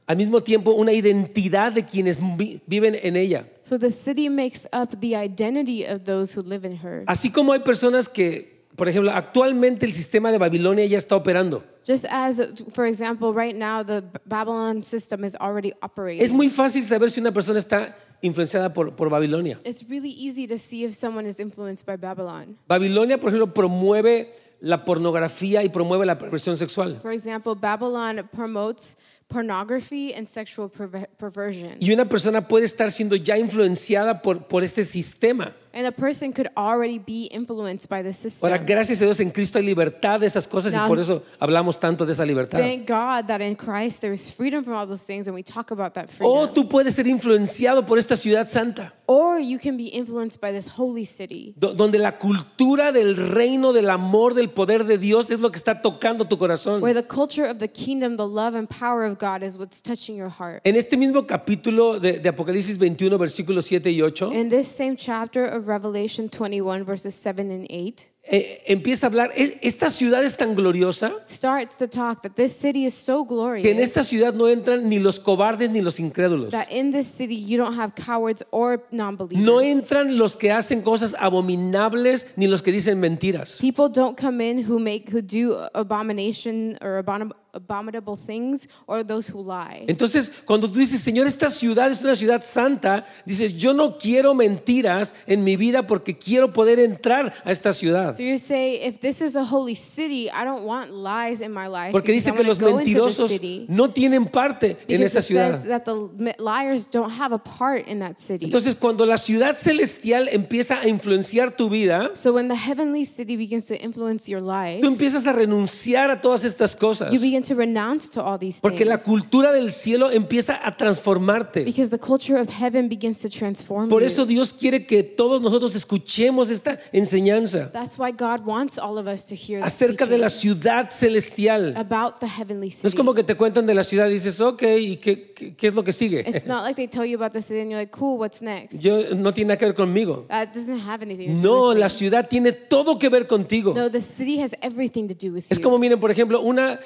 Speaker 2: al mismo tiempo una identidad de quienes vi- viven en ella.
Speaker 3: So the city makes up the identity of those who live in her.
Speaker 2: Así como hay personas que, por ejemplo, actualmente el sistema de Babilonia ya está operando.
Speaker 3: Just as, for example, right now the B- Babylon system is already
Speaker 2: Es
Speaker 3: operating.
Speaker 2: muy fácil saber si una persona está influenciada por, por Babilonia.
Speaker 3: It's really easy to see if someone is influenced by Babylon.
Speaker 2: Babilonia, por ejemplo, promueve la pornografía y promueve la perversión sexual.
Speaker 3: For example, Babylon promotes pornography and sexual perver- perversion.
Speaker 2: Y una persona puede estar siendo ya influenciada por, por este sistema.
Speaker 3: And a person could already be influenced by the system.
Speaker 2: Ahora, gracias a Dios en Cristo hay libertad de esas cosas y
Speaker 3: Now-
Speaker 2: por eso hablamos tanto de esa libertad.
Speaker 3: Thank God that in Christ there is freedom from all those things, and we talk about that freedom.
Speaker 2: O Oh, tú puedes ser influenciado por esta ciudad santa,
Speaker 3: Or you can be influenced by this holy city,
Speaker 2: do- donde la cultura del reino, del amor, del poder de Dios es lo que está tocando tu corazón.
Speaker 3: where the culture of the kingdom, the love and power of God is what's touching your heart.
Speaker 2: En este mismo capítulo de, de Apocalipsis 21, versículos 7 y 8,
Speaker 3: In this same chapter of Revelation 21, verses 7 and 8,
Speaker 2: eh, empieza a hablar, "E- esta ciudad es tan gloriosa
Speaker 3: starts to talk that this city is so
Speaker 2: que en
Speaker 3: glorious
Speaker 2: esta ciudad no entran ni los cobardes ni los incrédulos.
Speaker 3: that in this city you don't have cowards or non believers.
Speaker 2: No entran los que hacen cosas abominables ni los que dicen mentiras.
Speaker 3: People don't come in who make who do abomination or abomin- abominable things or those who lie.
Speaker 2: Entonces, cuando tú dices, Señor, esta ciudad es una ciudad santa, dices, yo no quiero mentiras en mi vida porque quiero poder entrar a esta ciudad.
Speaker 3: So you say, if this is a holy city, I don't want lies in my life.
Speaker 2: Porque
Speaker 3: because
Speaker 2: dice
Speaker 3: I
Speaker 2: que
Speaker 3: wanna
Speaker 2: los
Speaker 3: go into this
Speaker 2: mentirosos
Speaker 3: city
Speaker 2: no tienen parte en
Speaker 3: because
Speaker 2: esa
Speaker 3: it says
Speaker 2: ciudad.
Speaker 3: that the mi- liars don't have a part in that city.
Speaker 2: Entonces, cuando la ciudad celestial empieza a influenciar tu vida,
Speaker 3: so when the heavenly city begins to influence your life,
Speaker 2: tú empiezas a renunciar a todas estas cosas.
Speaker 3: you begin to renounce to all these
Speaker 2: Porque la
Speaker 3: things.
Speaker 2: cultura del cielo empieza a transformarte.
Speaker 3: because the culture of heaven begins to transform
Speaker 2: Por
Speaker 3: you.
Speaker 2: eso Dios quiere que todos nosotros escuchemos esta enseñanza.
Speaker 3: That's why God wants all of us to hear this
Speaker 2: acerca de
Speaker 3: teaching
Speaker 2: la ciudad celestial.
Speaker 3: about the heavenly
Speaker 2: No es
Speaker 3: city.
Speaker 2: como que te cuentan de la ciudad y dices, ok, ¿y qué, qué- qué es lo que sigue?
Speaker 3: It's not like they tell you about the city and you're like, cool, what's next?
Speaker 2: Yo, no tiene nada que ver conmigo.
Speaker 3: that doesn't have anything to do
Speaker 2: No,
Speaker 3: with
Speaker 2: la
Speaker 3: me.
Speaker 2: ciudad tiene todo que ver contigo.
Speaker 3: No, the city has everything to do with
Speaker 2: Es
Speaker 3: you.
Speaker 2: como, miren, por ejemplo, una,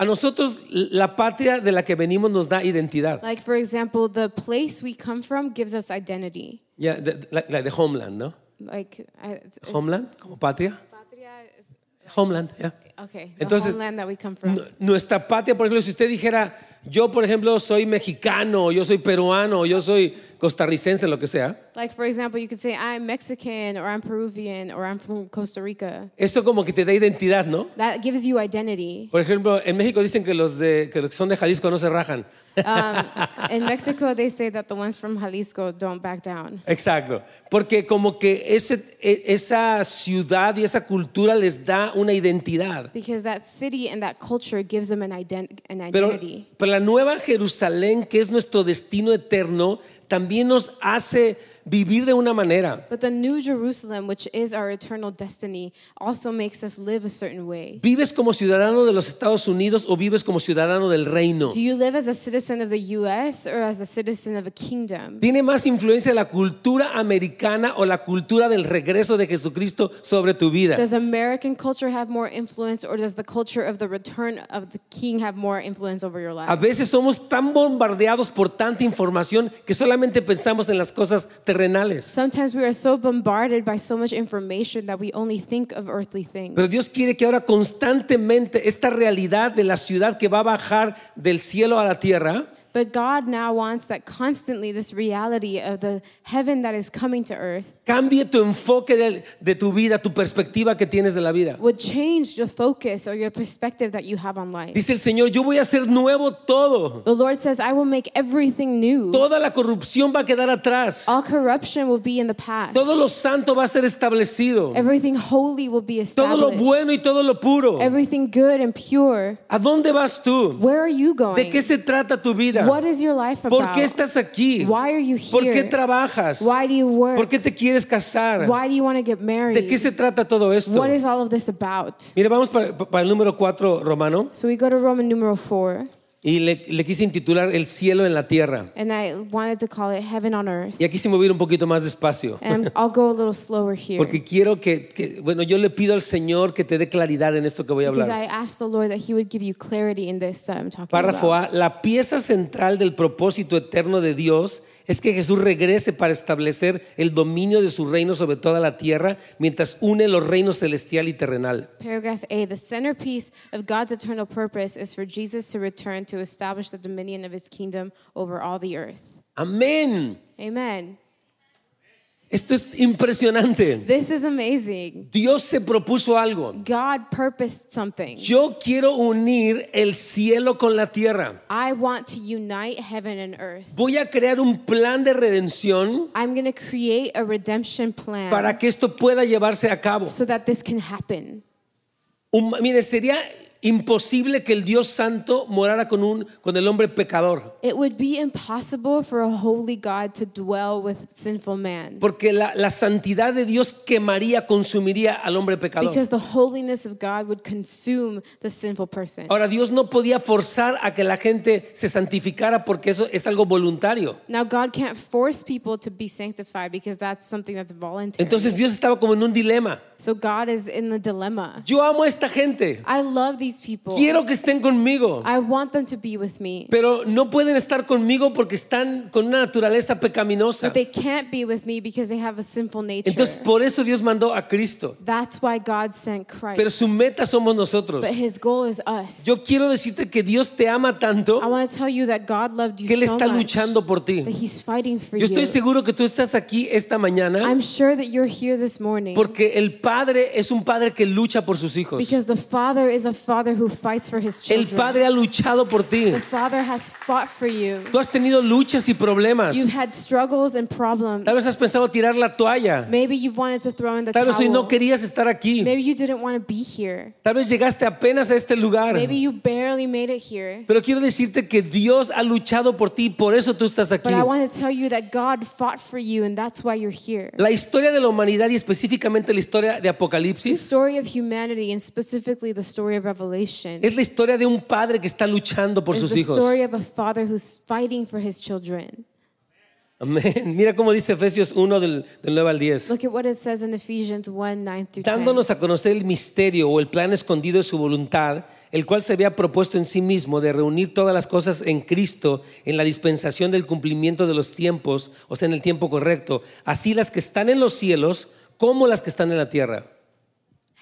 Speaker 2: a nosotros la patria de la que venimos nos da identidad.
Speaker 3: Like, for example, the place we come from gives us identity.
Speaker 2: Ya, de- de- la, la de Homeland, ¿no?
Speaker 3: Like, I- it's, it's-
Speaker 2: Homeland, como patria.
Speaker 3: Patria is-
Speaker 2: Homeland, ya.
Speaker 3: okay,
Speaker 2: Entonces,
Speaker 3: the homeland that we come from.
Speaker 2: Nu- Nuestra patria, por ejemplo, si usted dijera, yo, por ejemplo, soy mexicano, yo soy peruano, yo soy costarricense, lo que sea,
Speaker 3: Like, for example, you could say, I'm Mexican, or I'm Peruvian, or I'm from Costa Rica.
Speaker 2: eso como que te da identidad, ¿no?
Speaker 3: That gives you identity.
Speaker 2: Por ejemplo, en México dicen que los, de, que los que son de Jalisco no se rajan.
Speaker 3: In Mexico, they say that the ones from Jalisco don't back down.
Speaker 2: Exacto. Porque como que ese, e- esa ciudad y esa cultura les da una identidad.
Speaker 3: Because that city and that culture gives them an, ident- an
Speaker 2: Pero,
Speaker 3: identity.
Speaker 2: pero la nueva Jerusalén, que es nuestro destino eterno, también nos hace vivir de una manera.
Speaker 3: But the new Jerusalem, which is our eternal destiny, also makes us live a certain way.
Speaker 2: ¿Vives como ciudadano de los Estados Unidos o vives como ciudadano del reino?
Speaker 3: Do you live as a citizen of the US or as a citizen of a kingdom?
Speaker 2: ¿Tiene más influencia la cultura americana o la cultura del regreso de Jesucristo sobre tu vida?
Speaker 3: Does American culture have more influence or does the culture of the return of the king have more influence over your
Speaker 2: A
Speaker 3: life?
Speaker 2: veces somos tan bombardeados por tanta información que solamente pensamos en las cosas terrenales.
Speaker 3: Sometimes we are so bombarded by so much information that we only think of earthly things.
Speaker 2: Pero Dios quiere que ahora constantemente esta realidad de la ciudad que va a bajar del cielo a la tierra,
Speaker 3: But God now wants that constantly this reality of the heaven that is coming to earth
Speaker 2: cambie tu enfoque de, de tu vida, tu perspectiva que tienes de la vida.
Speaker 3: would change your focus or your perspective that you have on life.
Speaker 2: Dice el Señor, yo voy a hacer nuevo todo.
Speaker 3: The Lord says, I will make everything new.
Speaker 2: Toda la corrupción va a quedar atrás.
Speaker 3: All corruption will be in the past.
Speaker 2: Todo lo santo va a ser establecido.
Speaker 3: Everything holy will be
Speaker 2: Todo lo bueno y
Speaker 3: established.
Speaker 2: todo lo puro.
Speaker 3: Everything good and pure.
Speaker 2: ¿A dónde vas tú?
Speaker 3: Where are you
Speaker 2: ¿De
Speaker 3: going?
Speaker 2: qué se trata tu vida?
Speaker 3: What is your life
Speaker 2: ¿Por
Speaker 3: about?
Speaker 2: qué estás aquí?
Speaker 3: Why are you
Speaker 2: ¿Por qué
Speaker 3: here?
Speaker 2: trabajas?
Speaker 3: Why do you
Speaker 2: ¿Por
Speaker 3: work?
Speaker 2: qué te quieres casar?
Speaker 3: Why do you want to get
Speaker 2: ¿De qué
Speaker 3: married?
Speaker 2: se trata todo esto?
Speaker 3: What is all of this about?
Speaker 2: Mire, vamos para, para el número 4 romano
Speaker 3: So we go to Roman numeral 4,
Speaker 2: y le, le quise intitular El cielo en la tierra.
Speaker 3: and I wanted to call it Heaven on Earth.
Speaker 2: Y aquí se mover un poquito más despacio.
Speaker 3: And I'm- I'll go a little slower here
Speaker 2: Porque quiero que, que- bueno, yo le pido al Señor que te dé claridad en esto que voy a
Speaker 3: because
Speaker 2: hablar.
Speaker 3: I asked the Lord that He would give you clarity in this that I'm talking
Speaker 2: Párrafo
Speaker 3: about.
Speaker 2: A, la pieza central del propósito eterno de Dios es que Jesús regrese para establecer el dominio de su reino sobre toda la tierra mientras une los reinos celestial y terrenal.
Speaker 3: Paragraph A The centerpiece of God's eternal purpose is for Jesus to return to establish the dominion of his kingdom over all the earth.
Speaker 2: Amén.
Speaker 3: Amen.
Speaker 2: Esto es impresionante.
Speaker 3: This is amazing.
Speaker 2: Dios se propuso algo.
Speaker 3: God purposed something.
Speaker 2: Yo quiero unir el cielo con la tierra.
Speaker 3: I want to unite heaven and earth.
Speaker 2: Voy a crear un plan de redención
Speaker 3: I'm going to create a redemption plan
Speaker 2: para que esto pueda llevarse a cabo.
Speaker 3: so that this can happen.
Speaker 2: Un- mire, sería imposible que el Dios Santo morara con, un, con el hombre pecador.
Speaker 3: It would be impossible for a holy God to dwell with sinful man
Speaker 2: Porque la, la santidad de Dios quemaría, consumiría al hombre pecador.
Speaker 3: because the holiness of God would consume the sinful person.
Speaker 2: Ahora, Dios no podía forzar a que la gente se santificara porque eso es algo voluntario.
Speaker 3: Now, God can't force people to be sanctified because that's something that's voluntary.
Speaker 2: Entonces Dios estaba como en un dilema.
Speaker 3: so, God is in the dilemma.
Speaker 2: Yo amo a esta gente.
Speaker 3: I love these people.
Speaker 2: Quiero que estén conmigo.
Speaker 3: I want them to be with me.
Speaker 2: Pero no pueden estar conmigo porque están con una naturaleza pecaminosa.
Speaker 3: But they can't be with me because they have a sinful nature.
Speaker 2: Entonces por eso Dios mandó a Cristo.
Speaker 3: that's why God sent Christ.
Speaker 2: Pero su meta somos nosotros.
Speaker 3: but his goal is us.
Speaker 2: Yo quiero decirte que Dios te ama tanto
Speaker 3: I want to tell you that God loved you
Speaker 2: que Él
Speaker 3: so
Speaker 2: está
Speaker 3: much
Speaker 2: luchando por ti.
Speaker 3: that he's fighting for
Speaker 2: Yo
Speaker 3: you.
Speaker 2: estoy seguro que tú estás aquí esta mañana
Speaker 3: I'm sure that you're here this morning
Speaker 2: Porque el padre es un padre que lucha por sus hijos.
Speaker 3: because the Father is a father who fights for his
Speaker 2: El
Speaker 3: children.
Speaker 2: Padre ha luchado por ti.
Speaker 3: The father has fought for you.
Speaker 2: Tú has tenido luchas y problemas.
Speaker 3: You've had struggles and problems.
Speaker 2: Tal vez has pensado tirar la toalla.
Speaker 3: Maybe you've wanted to throw in the
Speaker 2: Tal vez hoy
Speaker 3: towel.
Speaker 2: no querías estar aquí.
Speaker 3: Maybe you didn't want to be here.
Speaker 2: Tal vez llegaste apenas a este lugar.
Speaker 3: Maybe you barely made it here.
Speaker 2: Pero quiero decirte que Dios ha luchado por ti y por eso tú estás aquí.
Speaker 3: But I want to tell you that God fought for you, and that's why you're here.
Speaker 2: La historia de la humanidad y específicamente la historia de
Speaker 3: The
Speaker 2: Apocalipsis
Speaker 3: story of humanity, and specifically the story of Revelation,
Speaker 2: es la historia de un padre que está luchando por
Speaker 3: is
Speaker 2: sus
Speaker 3: the
Speaker 2: hijos.
Speaker 3: story of a father who's fighting for his children.
Speaker 2: Amén. Mira cómo dice Efesios 1 del, del 9 al 10.
Speaker 3: Look at what it says in Ephesians 1 9 through 10.
Speaker 2: dándonos a conocer el misterio o el plan escondido de su voluntad, el cual se había propuesto en sí mismo de reunir todas las cosas en Cristo, en la dispensación del cumplimiento de los tiempos, o sea, en el tiempo correcto, así las que están en los cielos como las que están en la tierra.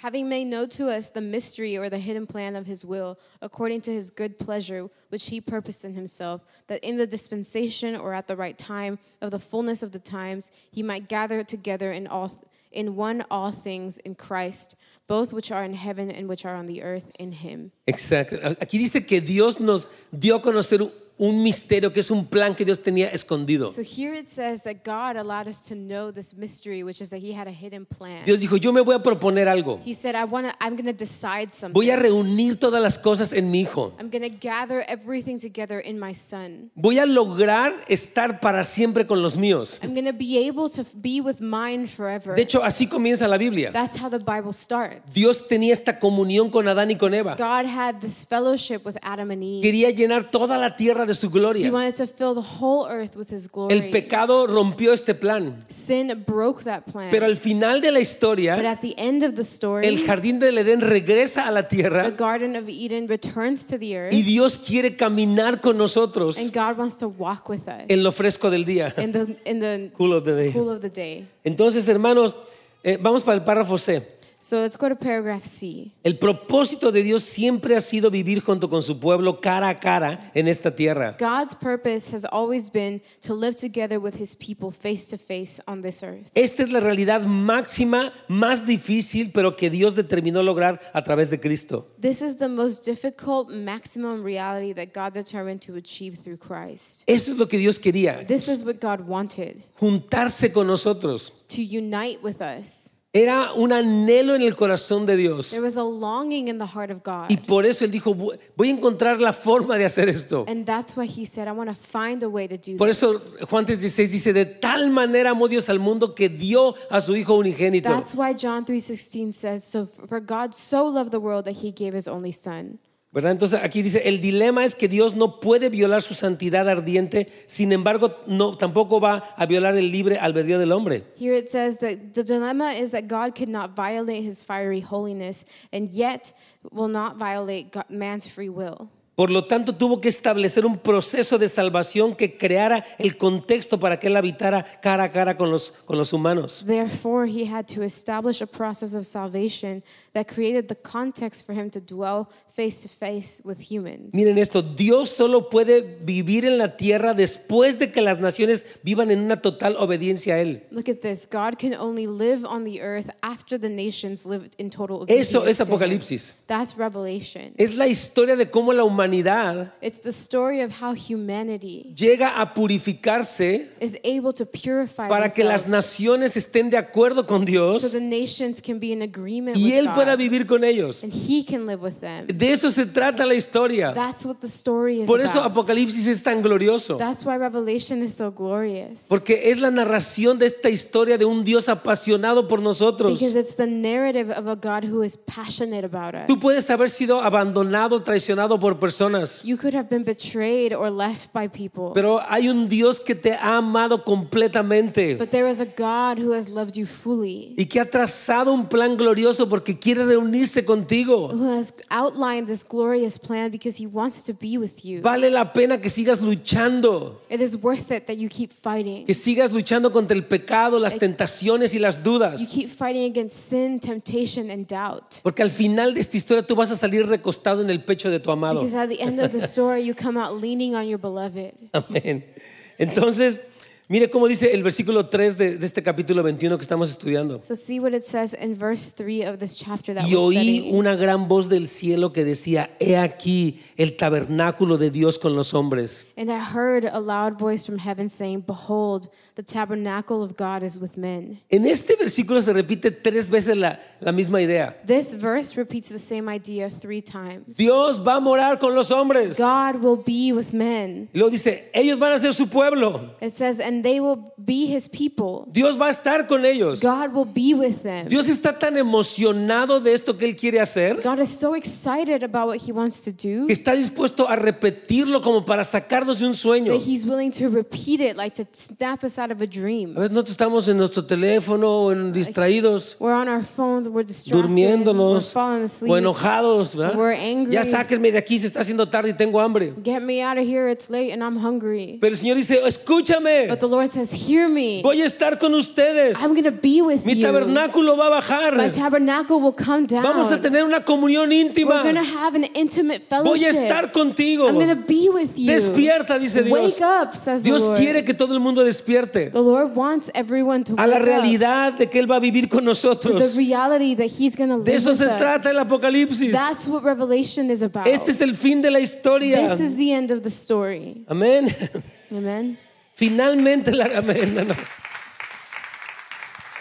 Speaker 3: Having made known to us the mystery or the hidden plan of his will, according to his good pleasure, which he purposed in himself, that in the dispensation or at the right time of the fullness of the times, he might gather together in all in one all things in Christ, both which are in heaven and which are on the earth in him.
Speaker 2: Exacto. Aquí dice que Dios nos dio a conocer un misterio que es un plan que Dios tenía escondido.
Speaker 3: So here it says that God allowed us to know this mystery, which is that he had a hidden plan.
Speaker 2: Dios dijo, yo me voy a proponer algo.
Speaker 3: He said, I wanna I'm gonna decide
Speaker 2: Voy
Speaker 3: something.
Speaker 2: a reunir todas las cosas en mi hijo.
Speaker 3: I'm gonna gather everything together in my son.
Speaker 2: Voy a lograr estar para siempre con los míos.
Speaker 3: I'm going to be able to f- be with mine forever.
Speaker 2: De hecho, así comienza la Biblia.
Speaker 3: That's how the Bible starts.
Speaker 2: Dios tenía esta comunión con Adán y con Eva.
Speaker 3: God had this fellowship with Adam and Eve.
Speaker 2: Quería llenar toda la tierra de su
Speaker 3: He
Speaker 2: gloria.
Speaker 3: wanted to fill the whole earth with his
Speaker 2: El
Speaker 3: glory.
Speaker 2: pecado rompió este plan.
Speaker 3: Sin broke that plan.
Speaker 2: Pero al final de la
Speaker 3: But
Speaker 2: historia,
Speaker 3: at the end of the
Speaker 2: el
Speaker 3: story,
Speaker 2: jardín del Edén regresa a la
Speaker 3: the
Speaker 2: tierra
Speaker 3: Garden of Eden returns to the earth,
Speaker 2: y Dios quiere caminar con nosotros
Speaker 3: and God wants to walk with us
Speaker 2: en lo fresco del día.
Speaker 3: in the, in the
Speaker 2: Cool of the day.
Speaker 3: cool of the day.
Speaker 2: Entonces, hermanos, eh, vamos para el párrafo C.
Speaker 3: So let's go to paragraph C.
Speaker 2: El propósito de Dios siempre ha sido vivir junto con su pueblo cara a cara en esta tierra.
Speaker 3: God's purpose has always been to live together with his people face to face on this earth.
Speaker 2: Esta es la realidad máxima, más difícil, pero que Dios determinó lograr a través de Cristo.
Speaker 3: This is the most difficult maximum reality that God determined to achieve through Christ.
Speaker 2: Eso es lo que Dios quería,
Speaker 3: This is what God wanted
Speaker 2: juntarse con nosotros.
Speaker 3: to unite with us.
Speaker 2: Era un anhelo en el corazón de Dios.
Speaker 3: There was a longing in the heart of God.
Speaker 2: Y por eso Él dijo, "Voy- voy a encontrar la forma de hacer esto.
Speaker 3: And that's why he said, I want to find a way to do
Speaker 2: Por eso
Speaker 3: this.
Speaker 2: Juan 3:16 dice, de tal manera amó Dios al mundo que dio a su Hijo unigénito.
Speaker 3: That's why John 3:16 says, "So for God so loved the world that he gave his only son."
Speaker 2: ¿Verdad? Entonces aquí dice, el dilema es que Dios no puede violar su santidad ardiente, sin embargo, no, tampoco va a violar el libre albedrío del hombre.
Speaker 3: Here it says that the dilemma is that God could not violate his fiery holiness and yet will not violate God, man's free will.
Speaker 2: Por lo tanto, tuvo que establecer un proceso de salvación que creara el contexto para que él habitara cara a cara con los, con los humanos.
Speaker 3: Therefore, he had to establish a process of salvation that created the context for him to dwell face to face with humans.
Speaker 2: Miren esto, Dios solo puede vivir en la tierra después de que las naciones vivan en una total obediencia a Él.
Speaker 3: Look at this. God can only live on the earth after the nations lived in total obedience.
Speaker 2: Eso es
Speaker 3: to him.
Speaker 2: Apocalipsis. Eh.
Speaker 3: That's Revelation.
Speaker 2: Es la historia de cómo la humanidad
Speaker 3: It's the story of how humanity
Speaker 2: llega a purificarse
Speaker 3: is able to purify
Speaker 2: para que las
Speaker 3: themselves
Speaker 2: naciones estén de acuerdo con
Speaker 3: so
Speaker 2: Dios
Speaker 3: the nations can be in agreement
Speaker 2: y
Speaker 3: with
Speaker 2: Él pueda
Speaker 3: God
Speaker 2: vivir con ellos.
Speaker 3: and he can live with them.
Speaker 2: De eso se trata la historia.
Speaker 3: That's what the story is
Speaker 2: Por eso
Speaker 3: about.
Speaker 2: Apocalipsis es tan glorioso.
Speaker 3: That's why Revelation is so glorious.
Speaker 2: Porque es la narración de esta historia de un Dios apasionado por nosotros.
Speaker 3: Because it's the narrative of a God who is passionate about us.
Speaker 2: Tú puedes haber sido abandonado, traicionado por personas,
Speaker 3: You could have been betrayed or left by people.
Speaker 2: pero hay un Dios que te ha amado completamente
Speaker 3: but there is a God who has loved you fully,
Speaker 2: y que ha trazado un plan glorioso porque quiere reunirse contigo.
Speaker 3: who has outlined this glorious plan because he wants to be with you.
Speaker 2: Vale la pena que sigas luchando,
Speaker 3: it is worth it that you keep fighting.
Speaker 2: que sigas luchando contra el pecado, las tentaciones y las
Speaker 3: You
Speaker 2: dudas.
Speaker 3: keep fighting against sin, temptation, and doubt.
Speaker 2: Porque al final de esta historia tú vas a salir recostado en el pecho de tu amado.
Speaker 3: Because at the end of the story, you come out leaning on your beloved.
Speaker 2: Amén. Entonces, Mire cómo dice el versículo 3 de, de este capítulo 21 que estamos estudiando.
Speaker 3: So see what it says in verse 3 of this chapter that
Speaker 2: Y
Speaker 3: we're
Speaker 2: oí
Speaker 3: studying.
Speaker 2: una gran voz del cielo que decía, he aquí el tabernáculo de Dios con los hombres.
Speaker 3: And I heard a loud voice from heaven saying, Behold, the tabernacle of God is with men.
Speaker 2: En este versículo se repite tres veces la, la misma idea.
Speaker 3: This verse repeats the same idea three times.
Speaker 2: Dios va a morar con los hombres.
Speaker 3: God will be with men.
Speaker 2: Y luego dice, ellos van a ser su pueblo.
Speaker 3: It says, and they will be his people.
Speaker 2: Dios va a estar con ellos.
Speaker 3: God will be with them.
Speaker 2: Dios está tan emocionado de esto que Él quiere hacer
Speaker 3: God is so excited about what he wants to do
Speaker 2: que está dispuesto a repetirlo como para sacarnos de un sueño.
Speaker 3: that he's willing to repeat it, like to snap us out of a dream.
Speaker 2: A veces nosotros estamos en nuestro teléfono o en distraídos,
Speaker 3: We're on our phones, we're distracted, we're
Speaker 2: durmiéndonos
Speaker 3: falling asleep.
Speaker 2: o enojados. ¿verdad?
Speaker 3: We're angry.
Speaker 2: Ya sáquenme de aquí, se está haciendo tarde y tengo hambre.
Speaker 3: Get me out of here, it's late and I'm hungry.
Speaker 2: Pero el Señor dice, escúchame,
Speaker 3: But the Lord says, Hear me.
Speaker 2: voy a estar con ustedes.
Speaker 3: I'm going to be with
Speaker 2: Mi
Speaker 3: you.
Speaker 2: tabernáculo va a
Speaker 3: My
Speaker 2: bajar.
Speaker 3: tabernacle will come down.
Speaker 2: Vamos a tener una comunión
Speaker 3: We're
Speaker 2: íntima.
Speaker 3: going to have an intimate fellowship.
Speaker 2: Voy a estar contigo.
Speaker 3: I'm going to be with you.
Speaker 2: Despierta, dice Dios.
Speaker 3: Wake up, says the
Speaker 2: Dios
Speaker 3: Lord.
Speaker 2: quiere que todo el mundo despierte
Speaker 3: The Lord wants everyone to
Speaker 2: a la
Speaker 3: wake up
Speaker 2: realidad de que Él va a vivir con
Speaker 3: to the
Speaker 2: nosotros.
Speaker 3: reality that He's going to live
Speaker 2: De eso
Speaker 3: with
Speaker 2: se
Speaker 3: us.
Speaker 2: trata el Apocalipsis.
Speaker 3: That's what Revelation is about.
Speaker 2: Este es el fin de la historia.
Speaker 3: this is the end of the story.
Speaker 2: Amén.
Speaker 3: Amen.
Speaker 2: Finalmente la amén, no, no.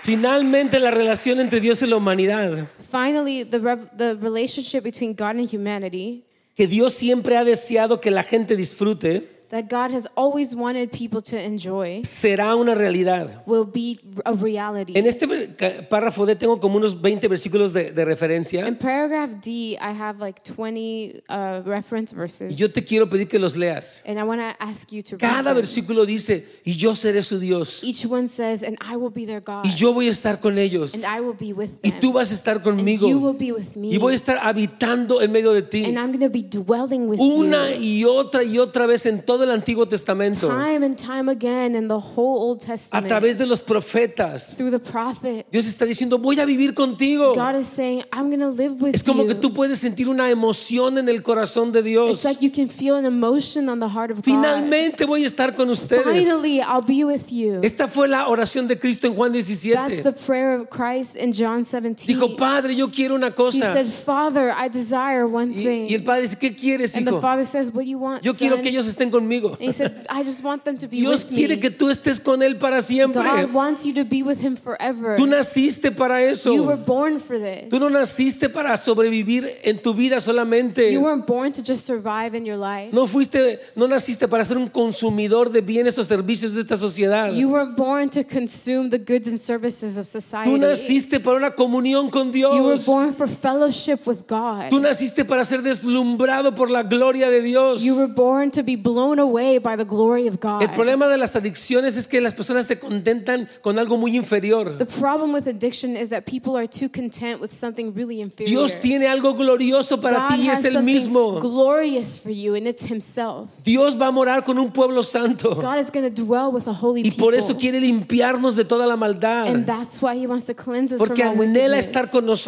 Speaker 2: Finalmente la relación entre Dios y la humanidad,
Speaker 3: Finally, the, rev- the relationship between God and humanity
Speaker 2: que Dios siempre ha deseado que la gente disfrute,
Speaker 3: that God has always wanted people to enjoy
Speaker 2: será una realidad.
Speaker 3: will be a reality.
Speaker 2: En este ver- ca- párrafo D tengo como unos 20 versículos de, de
Speaker 3: In
Speaker 2: referencia.
Speaker 3: paragraph D, I have like 20 uh, reference verses.
Speaker 2: Yo te quiero pedir que los leas.
Speaker 3: and I want to ask you to read
Speaker 2: Cada
Speaker 3: them.
Speaker 2: versículo dice, y yo seré su Dios,
Speaker 3: Each one says, and I will be their God.
Speaker 2: y yo voy a estar con ellos,
Speaker 3: and I will be with
Speaker 2: y
Speaker 3: them.
Speaker 2: tú vas a estar
Speaker 3: and you
Speaker 2: conmigo,
Speaker 3: will be with me.
Speaker 2: y voy a estar habitando en medio de ti.
Speaker 3: and I'm going to be dwelling with
Speaker 2: Una
Speaker 3: you.
Speaker 2: y otra y otra vez en todo el Antiguo Testamento,
Speaker 3: Time and time again in the whole Old
Speaker 2: a
Speaker 3: Testament.
Speaker 2: través de los profetas.
Speaker 3: through the prophet.
Speaker 2: Dios está diciendo, voy a vivir contigo.
Speaker 3: God is saying, I'm going to live with
Speaker 2: Es como
Speaker 3: you.
Speaker 2: que tú puedes sentir una emoción en el corazón de
Speaker 3: it's
Speaker 2: Dios.
Speaker 3: like you can feel an emotion on the heart of
Speaker 2: Finalmente voy a estar con
Speaker 3: God.
Speaker 2: ustedes.
Speaker 3: Finally, I'll be with you.
Speaker 2: Esta fue la oración de Cristo en Juan
Speaker 3: That's
Speaker 2: 17.
Speaker 3: the prayer of Christ in John 17.
Speaker 2: Dijo, Padre, yo quiero una
Speaker 3: He
Speaker 2: cosa.
Speaker 3: said, Father, I desire one
Speaker 2: Y,
Speaker 3: thing.
Speaker 2: y el padre dice, ¿qué quieres,
Speaker 3: and the
Speaker 2: hijo?
Speaker 3: father says, What do you want?
Speaker 2: Yo quiero
Speaker 3: son?"
Speaker 2: que ellos estén conmigo.
Speaker 3: and he said, I just want them to be
Speaker 2: Dios
Speaker 3: with
Speaker 2: quiere
Speaker 3: me.
Speaker 2: que tú estés con Él para siempre.
Speaker 3: God wants you to be with him forever.
Speaker 2: Tú naciste para
Speaker 3: you were
Speaker 2: eso.
Speaker 3: born for this.
Speaker 2: Tú no naciste para sobrevivir en tu vida solamente.
Speaker 3: you weren't born to just survive in your life.
Speaker 2: No fuiste, no naciste para ser un consumidor de bienes o servicios de esta sociedad.
Speaker 3: You weren't born to consume the goods and services of society.
Speaker 2: Tú naciste para una comunión con
Speaker 3: You were
Speaker 2: Dios.
Speaker 3: born for fellowship with God.
Speaker 2: Tú naciste para ser deslumbrado por la gloria de Dios.
Speaker 3: You were
Speaker 2: El
Speaker 3: born to be blown away by the glory of God.
Speaker 2: problema de las adicciones es que las personas se contentan con algo muy inferior.
Speaker 3: The problem with addiction is that people are too content with something really inferior.
Speaker 2: Dios tiene algo glorioso para
Speaker 3: God
Speaker 2: ti y
Speaker 3: has
Speaker 2: es el
Speaker 3: something
Speaker 2: mismo.
Speaker 3: glorious for you, and it's Himself.
Speaker 2: Dios va a morar con un pueblo santo
Speaker 3: God is going to dwell with a holy
Speaker 2: y
Speaker 3: people.
Speaker 2: por eso quiere limpiarnos de toda la maldad,
Speaker 3: and that's why He wants to cleanse us
Speaker 2: porque
Speaker 3: from our
Speaker 2: anhela
Speaker 3: wickedness.
Speaker 2: estar con
Speaker 3: because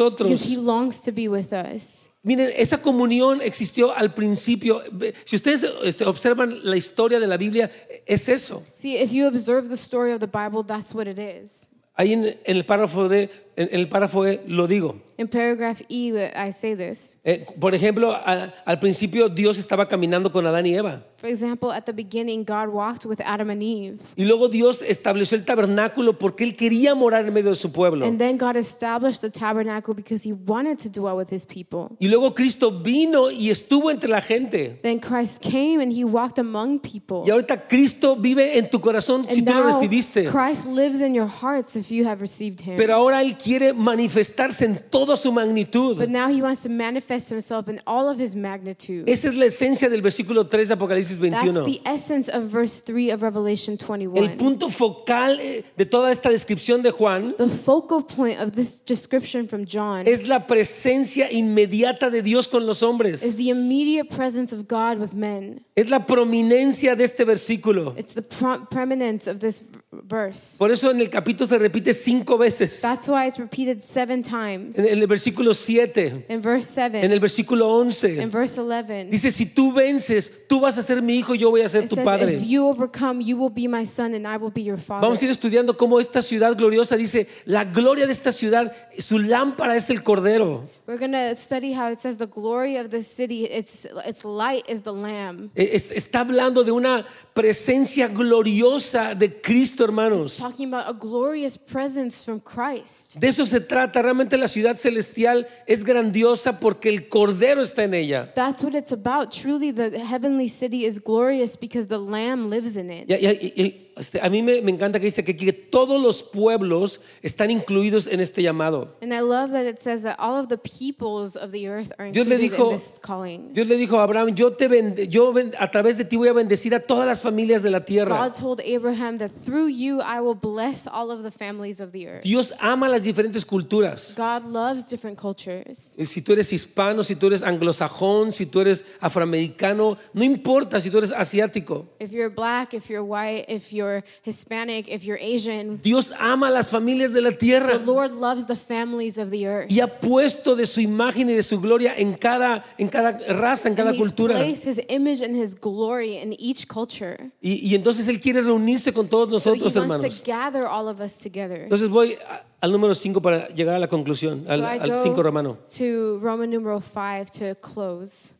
Speaker 2: nosotros.
Speaker 3: He longs to be with us.
Speaker 2: Miren, esa comunión existió al principio. Si ustedes este, observan la historia de la Biblia, es eso.
Speaker 3: See, if you observe the story of the Bible, that's what it is.
Speaker 2: Ahí en, en el párrafo de, en el párrafo E lo digo.
Speaker 3: In paragraph E, I say this.
Speaker 2: Eh, por ejemplo, a- al principio Dios estaba caminando con Adán y Eva.
Speaker 3: For example, at the beginning, God walked with Adam and Eve.
Speaker 2: Y luego Dios estableció el tabernáculo porque Él quería morar en medio de su pueblo.
Speaker 3: And then God established the tabernacle because he wanted to dwell with his people.
Speaker 2: Y luego Cristo vino y estuvo entre la gente.
Speaker 3: Then Christ came and he walked among people.
Speaker 2: Y ahorita Cristo vive en tu corazón si
Speaker 3: and
Speaker 2: tú lo
Speaker 3: now
Speaker 2: recibiste.
Speaker 3: Christ lives in your hearts if you have received him.
Speaker 2: Pero ahora Él quiere manifestarse en toda su
Speaker 3: but
Speaker 2: magnitud.
Speaker 3: now he wants to manifest himself in all of his magnitude.
Speaker 2: Esa es la esencia del versículo 3 de Apocalipsis
Speaker 3: That's
Speaker 2: 21.
Speaker 3: the essence of verse 3 of Revelation 21.
Speaker 2: El punto focal eh, de toda esta descripción de Juan
Speaker 3: the focal point of this description from John
Speaker 2: es la presencia inmediata de Dios con los hombres.
Speaker 3: is the immediate presence of God with men.
Speaker 2: Es la prominencia de este versículo.
Speaker 3: It's the prom- preeminence of this v- verse.
Speaker 2: Por eso en el capítulo se repite cinco veces.
Speaker 3: That's why it's it's repeated seven times.
Speaker 2: En el versículo 7,
Speaker 3: In verse
Speaker 2: en
Speaker 3: 7,
Speaker 2: el versículo
Speaker 3: in
Speaker 2: 11,
Speaker 3: verse 11,
Speaker 2: dice, si tú vences, tú vas a ser mi hijo y yo voy a ser
Speaker 3: it
Speaker 2: tu
Speaker 3: says,
Speaker 2: padre.
Speaker 3: If you overcome, you will be my son, and I will be your father.
Speaker 2: Vamos a ir estudiando cómo esta ciudad gloriosa dice, la gloria de esta ciudad, su lámpara es el cordero.
Speaker 3: We're going to study how it says the glory of the city, its, its light is the lamb.
Speaker 2: Eh, es- Está hablando de una presencia gloriosa de Cristo,
Speaker 3: It's
Speaker 2: hermanos.
Speaker 3: talking about a glorious presence from Christ.
Speaker 2: De eso se trata. Realmente la ciudad celestial es grandiosa porque el cordero está en ella.
Speaker 3: That's what it's about. Truly, the heavenly city is glorious because the lamb lives in it.
Speaker 2: Y- y- y- y- este, a mí me, me encanta que dice que, aquí que todos los pueblos están incluidos en este llamado.
Speaker 3: And I love that it says that all of the peoples of the earth are
Speaker 2: Dios le
Speaker 3: included
Speaker 2: dijo-
Speaker 3: in this calling.
Speaker 2: Dios le dijo a Abraham, yo te bend- yo ben- a través de ti voy a bendecir a todas las familias de la tierra.
Speaker 3: God told Abraham that through you I will bless all of the families of the earth.
Speaker 2: Dios ama las diferentes culturas.
Speaker 3: God loves different cultures.
Speaker 2: Eh, Si tú eres hispano, si tú eres anglosajón, si tú eres afroamericano, no importa si tú eres asiático.
Speaker 3: If you're black, if you're white, if you're Hispanic, if you're Asian,
Speaker 2: Dios ama a las familias de la
Speaker 3: the
Speaker 2: tierra
Speaker 3: Lord loves the families of the earth.
Speaker 2: y ha puesto de su imagen y de su gloria en cada, en cada raza, en cada
Speaker 3: And He's
Speaker 2: cultura.
Speaker 3: placed His image and His glory in each culture.
Speaker 2: Y, y entonces Él quiere reunirse con todos
Speaker 3: So He
Speaker 2: nosotros,
Speaker 3: wants
Speaker 2: hermanos.
Speaker 3: to gather all of us together.
Speaker 2: Entonces voy a- al número 5 para llegar a la conclusión,
Speaker 3: So
Speaker 2: al-
Speaker 3: I
Speaker 2: al
Speaker 3: go
Speaker 2: 5 romano.
Speaker 3: to Roman numeral 5 to close.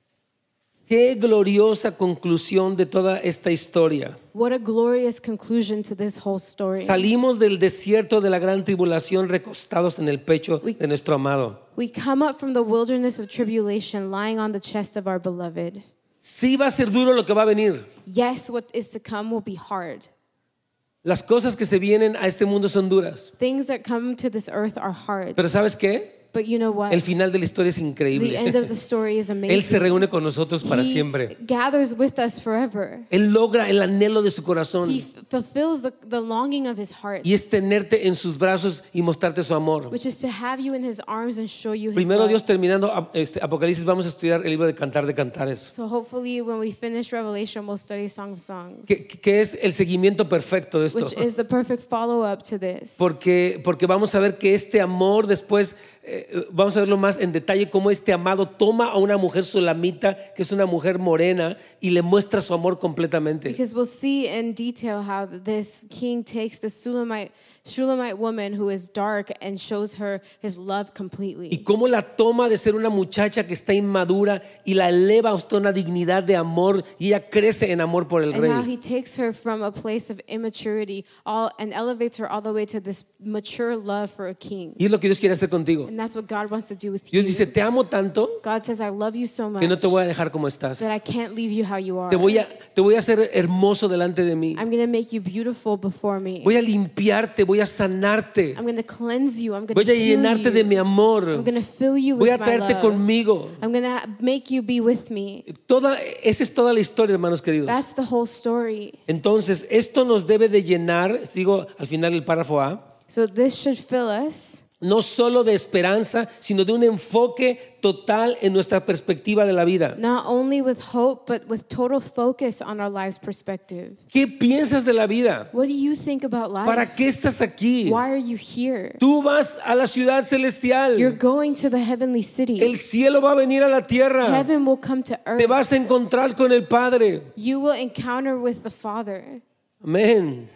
Speaker 2: Qué gloriosa conclusión de toda esta historia.
Speaker 3: What a glorious conclusion to this whole story.
Speaker 2: Salimos del desierto de la gran tribulación recostados en el pecho
Speaker 3: We-
Speaker 2: de nuestro amado.
Speaker 3: We come up from the wilderness of tribulation lying on the chest of our beloved.
Speaker 2: Sí va a ser duro lo que va a venir.
Speaker 3: Yes, what is to come will be hard.
Speaker 2: Las cosas que se vienen a este mundo son duras.
Speaker 3: Things that come to this earth are hard.
Speaker 2: Pero ¿sabes qué?
Speaker 3: But you know what?
Speaker 2: El final de la historia es
Speaker 3: the
Speaker 2: increíble.
Speaker 3: end of the story is
Speaker 2: Él se
Speaker 3: amazing.
Speaker 2: reúne con nosotros para
Speaker 3: he
Speaker 2: siempre.
Speaker 3: gathers with us forever.
Speaker 2: Él logra el anhelo de su corazón
Speaker 3: He f- fulfills the, the longing of his heart,
Speaker 2: y es tenerte en sus brazos y mostrarte su amor.
Speaker 3: which is to have you in his arms and show you his
Speaker 2: Primero
Speaker 3: love.
Speaker 2: Dios terminando ap- este, Apocalipsis vamos a estudiar el libro de Cantar de Cantares,
Speaker 3: So hopefully when we finish Revelation, we'll study Song of Songs,
Speaker 2: que, que es el seguimiento perfecto de esto.
Speaker 3: which is the perfect follow-up to this.
Speaker 2: Porque, porque vamos a ver que este amor después, eh, vamos a verlo más en detalle, cómo este amado toma a una mujer solamita, que es una mujer morena, y le muestra su amor completamente.
Speaker 3: Because we'll see in detail how this king takes the Shulamite, Shulamite woman who is dark and shows her his love
Speaker 2: Y
Speaker 3: completely.
Speaker 2: cómo la toma de ser una muchacha que está inmadura y la eleva hasta una dignidad de amor y ella crece en amor por el
Speaker 3: And how
Speaker 2: rey.
Speaker 3: he takes her from a place of immaturity all, and elevates her all the way to this mature love for a king.
Speaker 2: Y es lo que Dios quiere hacer contigo.
Speaker 3: And that's what God wants to do with you.
Speaker 2: Dios dice, te amo tanto
Speaker 3: God says, I love you so much
Speaker 2: que no te
Speaker 3: that
Speaker 2: voy a dejar como estás.
Speaker 3: I can't leave you how you are.
Speaker 2: Te voy a, te voy a hacer hermoso delante de mí.
Speaker 3: I'm going to make you beautiful before me.
Speaker 2: Voy a limpiarte, voy a sanarte.
Speaker 3: I'm going to cleanse you. I'm going
Speaker 2: Voy
Speaker 3: to
Speaker 2: a
Speaker 3: heal
Speaker 2: llenarte
Speaker 3: you.
Speaker 2: de mi
Speaker 3: I'm
Speaker 2: amor.
Speaker 3: going to fill you
Speaker 2: Voy
Speaker 3: with
Speaker 2: a
Speaker 3: my
Speaker 2: traerte
Speaker 3: love.
Speaker 2: conmigo.
Speaker 3: I'm going to make you be with me.
Speaker 2: Toda, esa es toda la historia, hermanos queridos.
Speaker 3: That's the whole story.
Speaker 2: Entonces, esto nos debe de llenar, digo al final del párrafo A,
Speaker 3: So this should fill us
Speaker 2: no solo de esperanza, sino de un enfoque total en nuestra perspectiva de la vida.
Speaker 3: not only with hope, but with total focus on our life's perspective.
Speaker 2: ¿Qué piensas de la vida?
Speaker 3: What do you think about life?
Speaker 2: ¿Para qué estás aquí?
Speaker 3: Why are you here?
Speaker 2: Tú vas a la ciudad
Speaker 3: You're
Speaker 2: celestial.
Speaker 3: going to the heavenly city.
Speaker 2: El cielo va a venir a la tierra.
Speaker 3: Heaven will come to earth.
Speaker 2: Te vas a encontrar con el Padre.
Speaker 3: You will encounter with the Father.
Speaker 2: Amén.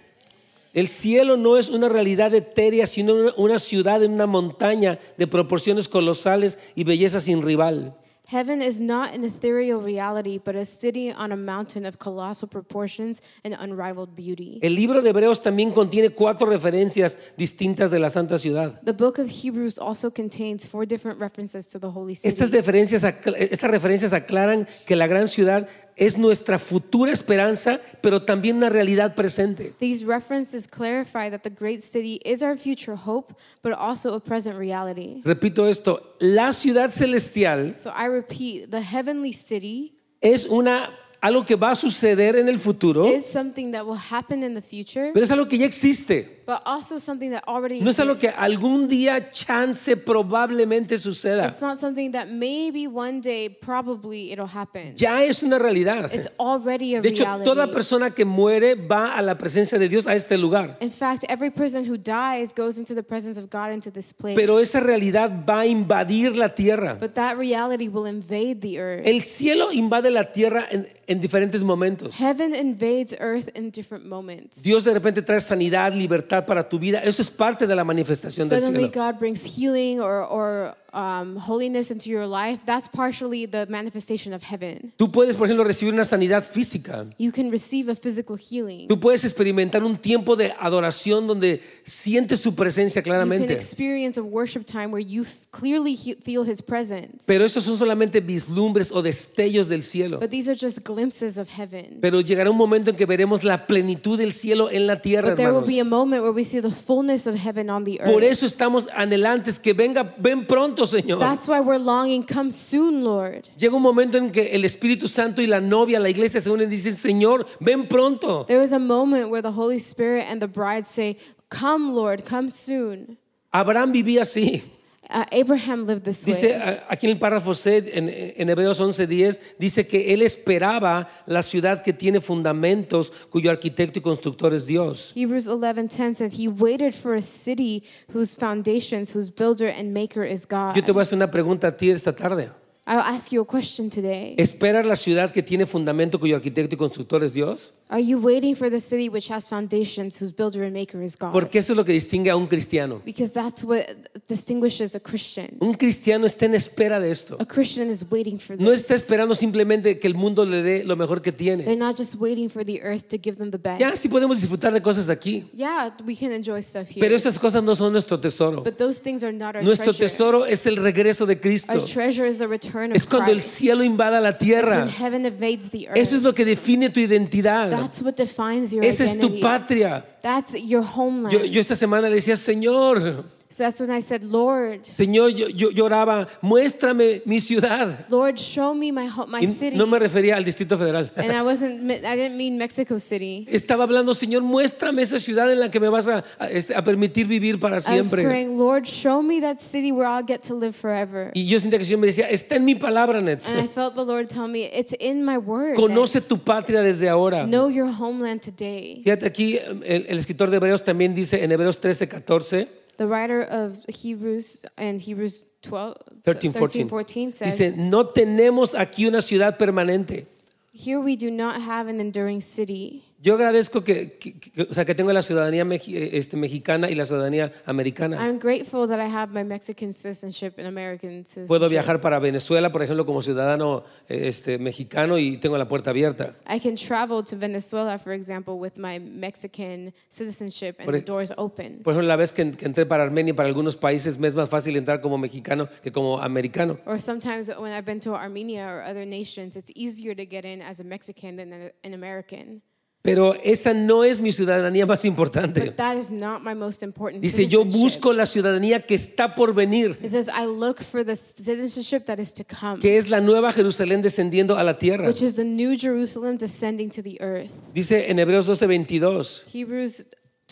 Speaker 2: El cielo no es una realidad etérea, sino una- una ciudad en una montaña de proporciones colosales y belleza sin rival.
Speaker 3: Heaven is not an ethereal reality, but a city on a mountain of colossal proportions and unrivaled beauty.
Speaker 2: El libro de Hebreos también contiene cuatro referencias distintas de la Santa Ciudad.
Speaker 3: The book of Hebrews also contains four different references to the holy city.
Speaker 2: Estas referencias, acla- estas referencias aclaran que la gran ciudad es nuestra futura esperanza, pero también una realidad presente.
Speaker 3: These references clarify that the great city is our future hope, but also a present reality.
Speaker 2: Repito esto, la ciudad celestial
Speaker 3: So I repeat, the heavenly city
Speaker 2: es una algo que va a suceder en el futuro,
Speaker 3: is something that will happen in the future,
Speaker 2: pero es algo que ya existe.
Speaker 3: but also something that already
Speaker 2: No es algo que
Speaker 3: exists.
Speaker 2: algún día, chance, probablemente suceda.
Speaker 3: It's not something that maybe one day, probably it'll happen.
Speaker 2: Ya es una realidad.
Speaker 3: It's already a
Speaker 2: De hecho,
Speaker 3: reality.
Speaker 2: toda persona que muere va a la presencia de Dios a este lugar.
Speaker 3: In fact, every person who dies goes into the presence of God into this place.
Speaker 2: Pero esa realidad va a invadir la tierra.
Speaker 3: but that reality will invade the earth.
Speaker 2: El cielo invade la tierra en, en diferentes momentos.
Speaker 3: Heaven invades earth in different moments.
Speaker 2: Dios de repente trae sanidad, libertad para tu vida. Eso es parte de la manifestación del
Speaker 3: Suddenly,
Speaker 2: cielo.
Speaker 3: God brings healing or, or um, holiness into your life. That's partially the manifestation of heaven.
Speaker 2: Tú puedes, por ejemplo, recibir una sanidad física.
Speaker 3: You can receive a physical healing.
Speaker 2: Tú puedes experimentar un tiempo de adoración donde sientes su presencia
Speaker 3: You can
Speaker 2: claramente.
Speaker 3: experience a worship time where you f- clearly he- feel His presence.
Speaker 2: Pero esos son solamente vislumbres o destellos del cielo.
Speaker 3: But these are just glimpses of heaven.
Speaker 2: Pero llegará un momento en que veremos la plenitud del cielo en la tierra,
Speaker 3: But there will
Speaker 2: hermanos.
Speaker 3: be a moment where we see the fullness of heaven on the
Speaker 2: Por
Speaker 3: earth.
Speaker 2: eso estamos anhelantes que venga, ven pronto, Señor.
Speaker 3: That's why we're longing, come soon, Lord.
Speaker 2: Llega un momento en que el Espíritu Santo y la novia, la iglesia, se unen y dicen, Señor, ven pronto.
Speaker 3: There is a moment where the Holy Spirit and the bride say, Come, Lord, come soon.
Speaker 2: Abraham vivía así.
Speaker 3: Uh, Abraham lived this
Speaker 2: Dice
Speaker 3: way.
Speaker 2: a- aquí en el párrafo C, en, en Hebreos 11:10, dice que él esperaba la ciudad que tiene fundamentos, cuyo arquitecto y constructor es Dios.
Speaker 3: Hebrews 11:10 said he waited for a city whose foundations, whose builder and maker is God.
Speaker 2: Yo te voy a hacer una pregunta a ti esta tarde.
Speaker 3: I'll ask you a question today.
Speaker 2: ¿Esperas la ciudad que tiene fundamento, cuyo arquitecto y constructor es Dios?
Speaker 3: Are you waiting for the city which has foundations, whose builder and maker is God?
Speaker 2: Porque eso es lo que distingue a un cristiano.
Speaker 3: Because that's what distinguishes a Christian.
Speaker 2: Un cristiano está en espera de esto.
Speaker 3: A Christian is waiting for
Speaker 2: No está
Speaker 3: this.
Speaker 2: esperando simplemente que el mundo le dé lo mejor que tiene.
Speaker 3: They're not just waiting for the earth to give them the best.
Speaker 2: Ya sí podemos disfrutar de cosas aquí,
Speaker 3: Yeah, we can enjoy stuff here.
Speaker 2: pero esas cosas no son nuestro tesoro.
Speaker 3: but those things are not our
Speaker 2: Nuestro
Speaker 3: treasure.
Speaker 2: tesoro es el regreso de
Speaker 3: Our
Speaker 2: Cristo.
Speaker 3: treasure is the return of
Speaker 2: Es cuando el
Speaker 3: Christ.
Speaker 2: cielo invada la
Speaker 3: It's
Speaker 2: tierra.
Speaker 3: when heaven invades the earth.
Speaker 2: Eso es lo que define tu identidad.
Speaker 3: That's what defines your
Speaker 2: Esa es tu
Speaker 3: identity.
Speaker 2: patria.
Speaker 3: That's your homeland.
Speaker 2: Yo, yo esta semana le decía, Señor,
Speaker 3: so that's when I said, Lord,
Speaker 2: Señor, yo, yo lloraba, muéstrame mi ciudad.
Speaker 3: Lord, show me my ho- my
Speaker 2: Y
Speaker 3: city.
Speaker 2: no me refería al Distrito Federal.
Speaker 3: and I wasn't, me- I didn't mean Mexico City.
Speaker 2: Estaba hablando, Señor, muéstrame esa ciudad en la que me vas a, a, este, a permitir vivir para
Speaker 3: I was
Speaker 2: siempre.
Speaker 3: praying, Lord, show me that city where I'll get to live forever.
Speaker 2: Y yo sentía que el Señor me decía, está en mi palabra, Nets.
Speaker 3: and I felt the Lord tell me, it's in my word.
Speaker 2: Conoce tu patria desde ahora.
Speaker 3: Know your homeland today.
Speaker 2: Fíjate aquí, el, el escritor de Hebreos también dice en Hebreos 13, 14,
Speaker 3: The writer of Hebrews and Hebrews 12,
Speaker 2: 13, 14,
Speaker 3: 14 says,
Speaker 2: dice, no tenemos aquí una ciudad permanente.
Speaker 3: Here we do not have an enduring city.
Speaker 2: Yo agradezco que, que- que- o sea, que tengo la ciudadanía meji- eh, este, mexicana y la ciudadanía americana.
Speaker 3: I'm grateful that I have my Mexican citizenship and American citizenship.
Speaker 2: Puedo viajar para Venezuela, por ejemplo, como ciudadano eh, este, mexicano y tengo la puerta abierta.
Speaker 3: I can travel to Venezuela, for example, with my Mexican citizenship and
Speaker 2: Por
Speaker 3: the
Speaker 2: ej-
Speaker 3: doors open.
Speaker 2: Por ejemplo, la vez que, en- que entré para Armenia y para algunos países me es más fácil entrar como mexicano que como americano.
Speaker 3: Or sometimes when I've been to Armenia or other nations, it's easier to get in as a Mexican than a- an American.
Speaker 2: Pero esa no es mi ciudadanía más importante.
Speaker 3: But that is not my most important
Speaker 2: Dice, yo
Speaker 3: citizenship.
Speaker 2: busco la ciudadanía que está por venir,
Speaker 3: It says, I look for the citizenship that is to come,
Speaker 2: que es la nueva Jerusalén descendiendo a la tierra.
Speaker 3: which is the new Jerusalem descending to the earth.
Speaker 2: Dice en Hebreos 12, 22.
Speaker 3: Hebrews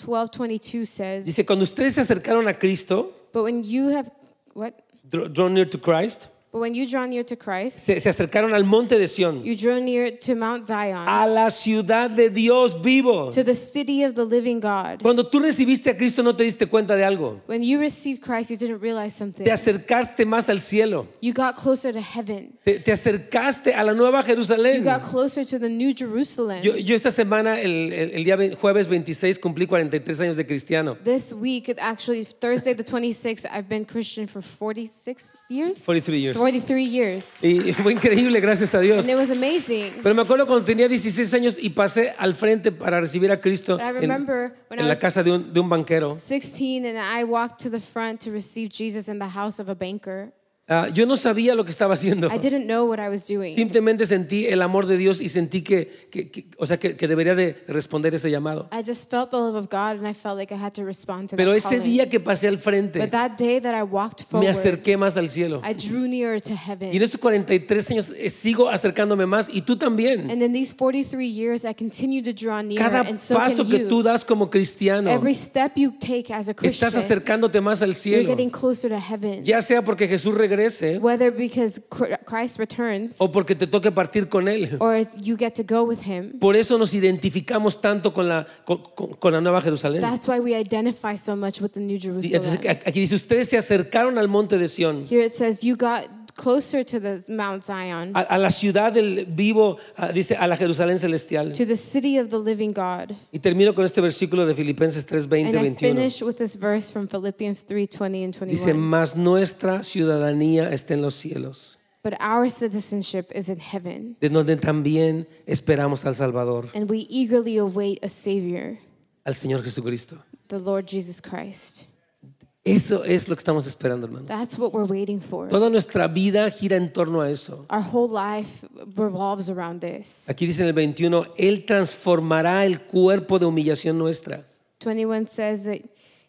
Speaker 3: 12:22 says,
Speaker 2: Dice, cuando ustedes se acercaron a Cristo,
Speaker 3: But when you have what?
Speaker 2: dr- draw near to Christ,
Speaker 3: But when you draw near to Christ,
Speaker 2: se, se acercaron al monte de Sión,
Speaker 3: you draw near to Mount Zion,
Speaker 2: a la ciudad de Dios vivo.
Speaker 3: to the city of the living God.
Speaker 2: Cuando tú recibiste a Cristo no te diste cuenta de algo.
Speaker 3: When you received Christ, you didn't realize something.
Speaker 2: Te acercaste más al cielo.
Speaker 3: You got closer to heaven.
Speaker 2: Te, te acercaste a la nueva
Speaker 3: You
Speaker 2: Jerusalén.
Speaker 3: got closer to the new Jerusalem.
Speaker 2: Hmm. Yo, yo esta semana, el, el- el día ve- jueves 26, cumplí 43 años de cristiano.
Speaker 3: This week, actually, Thursday the 26th, I've been Christian for 46 years?
Speaker 2: 43 years.
Speaker 3: 43 years.
Speaker 2: Y fue increíble, gracias a Dios.
Speaker 3: And it was amazing.
Speaker 2: Pero me acuerdo cuando tenía 16 años y pasé al frente para recibir a Cristo
Speaker 3: But I
Speaker 2: en,
Speaker 3: remember when I
Speaker 2: en la
Speaker 3: was
Speaker 2: casa de un, de un banquero.
Speaker 3: 16 and I walked to the front to receive Jesus in the house of a banker.
Speaker 2: Ah, yo no sabía lo que estaba haciendo.
Speaker 3: I didn't know what I was doing.
Speaker 2: Simplemente sentí el amor de Dios y sentí que, que- que- o sea, que, que debería de responder ese llamado.
Speaker 3: I just felt the love of God and I felt like I had to respond to
Speaker 2: Pero
Speaker 3: that
Speaker 2: ese
Speaker 3: calling.
Speaker 2: día que pasé al
Speaker 3: But
Speaker 2: frente,
Speaker 3: that day that I walked
Speaker 2: me
Speaker 3: forward,
Speaker 2: acerqué más al cielo.
Speaker 3: I drew nearer to heaven.
Speaker 2: Y en esos 43 años eh, sigo acercándome más y tú también.
Speaker 3: And in these 43 years, I continue to draw near,
Speaker 2: Cada
Speaker 3: and so
Speaker 2: paso
Speaker 3: can
Speaker 2: que
Speaker 3: you.
Speaker 2: tú das como cristiano,
Speaker 3: Every step you take as a Christian,
Speaker 2: estás acercándote más al
Speaker 3: you're
Speaker 2: cielo.
Speaker 3: getting closer to heaven.
Speaker 2: Ya sea porque Jesús regrese
Speaker 3: Whether because Cr- Christ returns
Speaker 2: o porque te toque partir con Él.
Speaker 3: or it's- you get to go with him.
Speaker 2: Por eso nos identificamos tanto con la, con, con- con la Nueva Jerusalén.
Speaker 3: That's why we identify so much with the
Speaker 2: Y
Speaker 3: New
Speaker 2: entonces
Speaker 3: Jerusalem.
Speaker 2: aquí dice, ustedes se acercaron al monte de Sión,
Speaker 3: Here it says, You got closer to the Mount Zion,
Speaker 2: a, a la ciudad del vivo, a- dice, a la Jerusalén celestial.
Speaker 3: to the city of the living God.
Speaker 2: Y termino con este versículo de Filipenses 3, 20,
Speaker 3: And I
Speaker 2: 21.
Speaker 3: finish with this verse from Philippians 3 20 and
Speaker 2: Dice,
Speaker 3: 21.
Speaker 2: mas nuestra ciudadanía está en los cielos,
Speaker 3: But our citizenship is in heaven,
Speaker 2: de donde también esperamos al Salvador,
Speaker 3: and we eagerly await a Savior,
Speaker 2: al Señor Jesucristo.
Speaker 3: the Lord Jesus Christ.
Speaker 2: Eso es lo que estamos esperando, hermano.
Speaker 3: That's what we're waiting for.
Speaker 2: Toda nuestra vida gira en torno a eso.
Speaker 3: Our whole life revolves around this.
Speaker 2: Aquí dice en el 21, Él transformará el cuerpo de humillación nuestra.
Speaker 3: 21 says that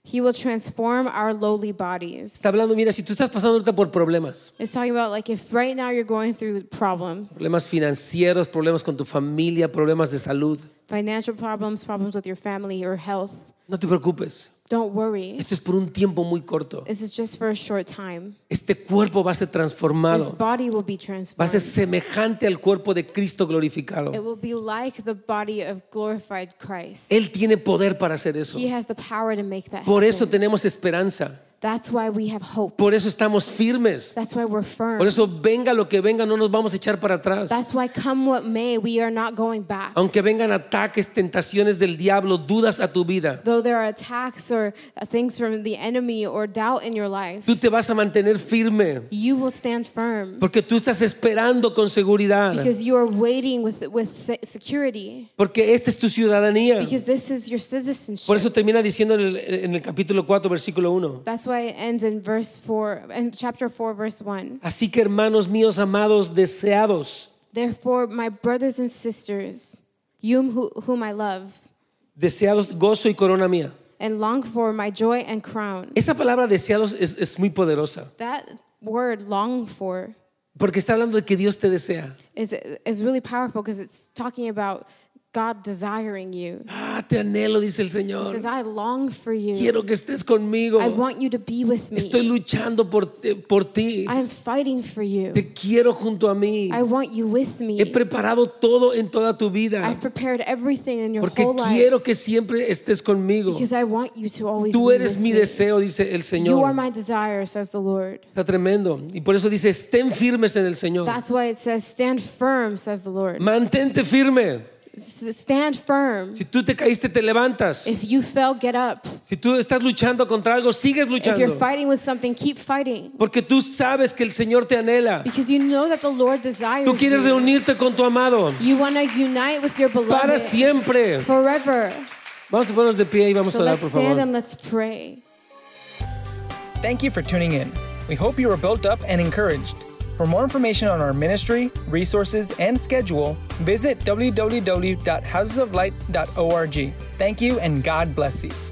Speaker 3: He will transform our lowly bodies.
Speaker 2: Está hablando, mira, si tú estás pasando ahorita por problemas,
Speaker 3: It's talking about like if right now you're going through problems,
Speaker 2: problemas financieros, problemas con tu familia, problemas de salud,
Speaker 3: financial problems, problems with your family or health,
Speaker 2: no te preocupes.
Speaker 3: don't worry.
Speaker 2: Esto es por un tiempo muy corto.
Speaker 3: This is just for a short time.
Speaker 2: Este cuerpo va a ser
Speaker 3: This
Speaker 2: transformado,
Speaker 3: body will be
Speaker 2: va a ser
Speaker 3: transformed.
Speaker 2: semejante al cuerpo de Cristo glorificado.
Speaker 3: It will be like the body of glorified Christ.
Speaker 2: Él tiene poder para hacer eso.
Speaker 3: He has the power to make that
Speaker 2: Por eso
Speaker 3: happen.
Speaker 2: tenemos esperanza.
Speaker 3: That's why we have hope.
Speaker 2: Por eso estamos firmes.
Speaker 3: That's why
Speaker 2: Por
Speaker 3: we're firm.
Speaker 2: eso venga lo que venga, no nos vamos a echar para atrás.
Speaker 3: That's why come what may, we are not going back.
Speaker 2: Aunque vengan ataques, tentaciones del diablo, dudas a tu vida,
Speaker 3: Though there are attacks or uh, things from the enemy or doubt in your life,
Speaker 2: tú te vas a mantener firme.
Speaker 3: you will stand firm
Speaker 2: Porque tú estás esperando con seguridad.
Speaker 3: because you are waiting with, with se- security
Speaker 2: Porque esta es tu ciudadanía.
Speaker 3: because this is your
Speaker 2: Por
Speaker 3: citizenship.
Speaker 2: eso termina diciendo en el, en el capítulo 4, versículo 1.
Speaker 3: That's why it ends in verse 4, in chapter 4, verse 1.
Speaker 2: Así que hermanos míos amados, deseados,
Speaker 3: Therefore, my brothers and sisters, you who, whom I love
Speaker 2: deseados, gozo y corona mía.
Speaker 3: and long for, my joy and crown.
Speaker 2: Esa palabra deseados es, es muy poderosa.
Speaker 3: That word, long for,
Speaker 2: Porque está hablando de que Dios te desea.
Speaker 3: is, is really powerful because it's talking about God desiring you.
Speaker 2: Ah, te anhelo, dice el
Speaker 3: It
Speaker 2: Señor.
Speaker 3: says, I long for you.
Speaker 2: Quiero que estés conmigo.
Speaker 3: I want you to be with me.
Speaker 2: Estoy luchando por, te- por ti.
Speaker 3: I am fighting for you.
Speaker 2: Te quiero junto a mí.
Speaker 3: I want you with
Speaker 2: He
Speaker 3: me.
Speaker 2: preparado todo en toda tu vida.
Speaker 3: I've prepared everything in your
Speaker 2: Porque
Speaker 3: whole life
Speaker 2: quiero que siempre estés conmigo.
Speaker 3: because I want you to always
Speaker 2: Tú
Speaker 3: be
Speaker 2: eres
Speaker 3: with
Speaker 2: mi
Speaker 3: me.
Speaker 2: deseo, dice el
Speaker 3: You
Speaker 2: Señor.
Speaker 3: are my desire, says the Lord.
Speaker 2: Está tremendo. Y por eso dice, estén firmes en el Señor.
Speaker 3: That's why it says, stand firm, says the Lord.
Speaker 2: Mantente firme.
Speaker 3: S- Stand firm.
Speaker 2: Si tú te caíste, te levantas.
Speaker 3: If you fell, get up.
Speaker 2: Si tú estás luchando contra algo, sigues
Speaker 3: If you're
Speaker 2: luchando.
Speaker 3: fighting with something, keep fighting
Speaker 2: Porque tú sabes que el Señor te anhela.
Speaker 3: because you know that the Lord desires
Speaker 2: Tú quieres
Speaker 3: you.
Speaker 2: reunirte con tu amado
Speaker 3: You want to unite with your
Speaker 2: para
Speaker 3: beloved
Speaker 2: siempre.
Speaker 3: forever.
Speaker 2: Vamos a ponernos de pie y vamos a
Speaker 3: So
Speaker 2: orar,
Speaker 3: let's
Speaker 2: por
Speaker 3: stand
Speaker 2: favor.
Speaker 3: and let's pray.
Speaker 1: Thank you for tuning in. We hope you were built up and encouraged. For more information on our ministry, resources, and schedule, visit www.housesoflight.org. Thank you and God bless you.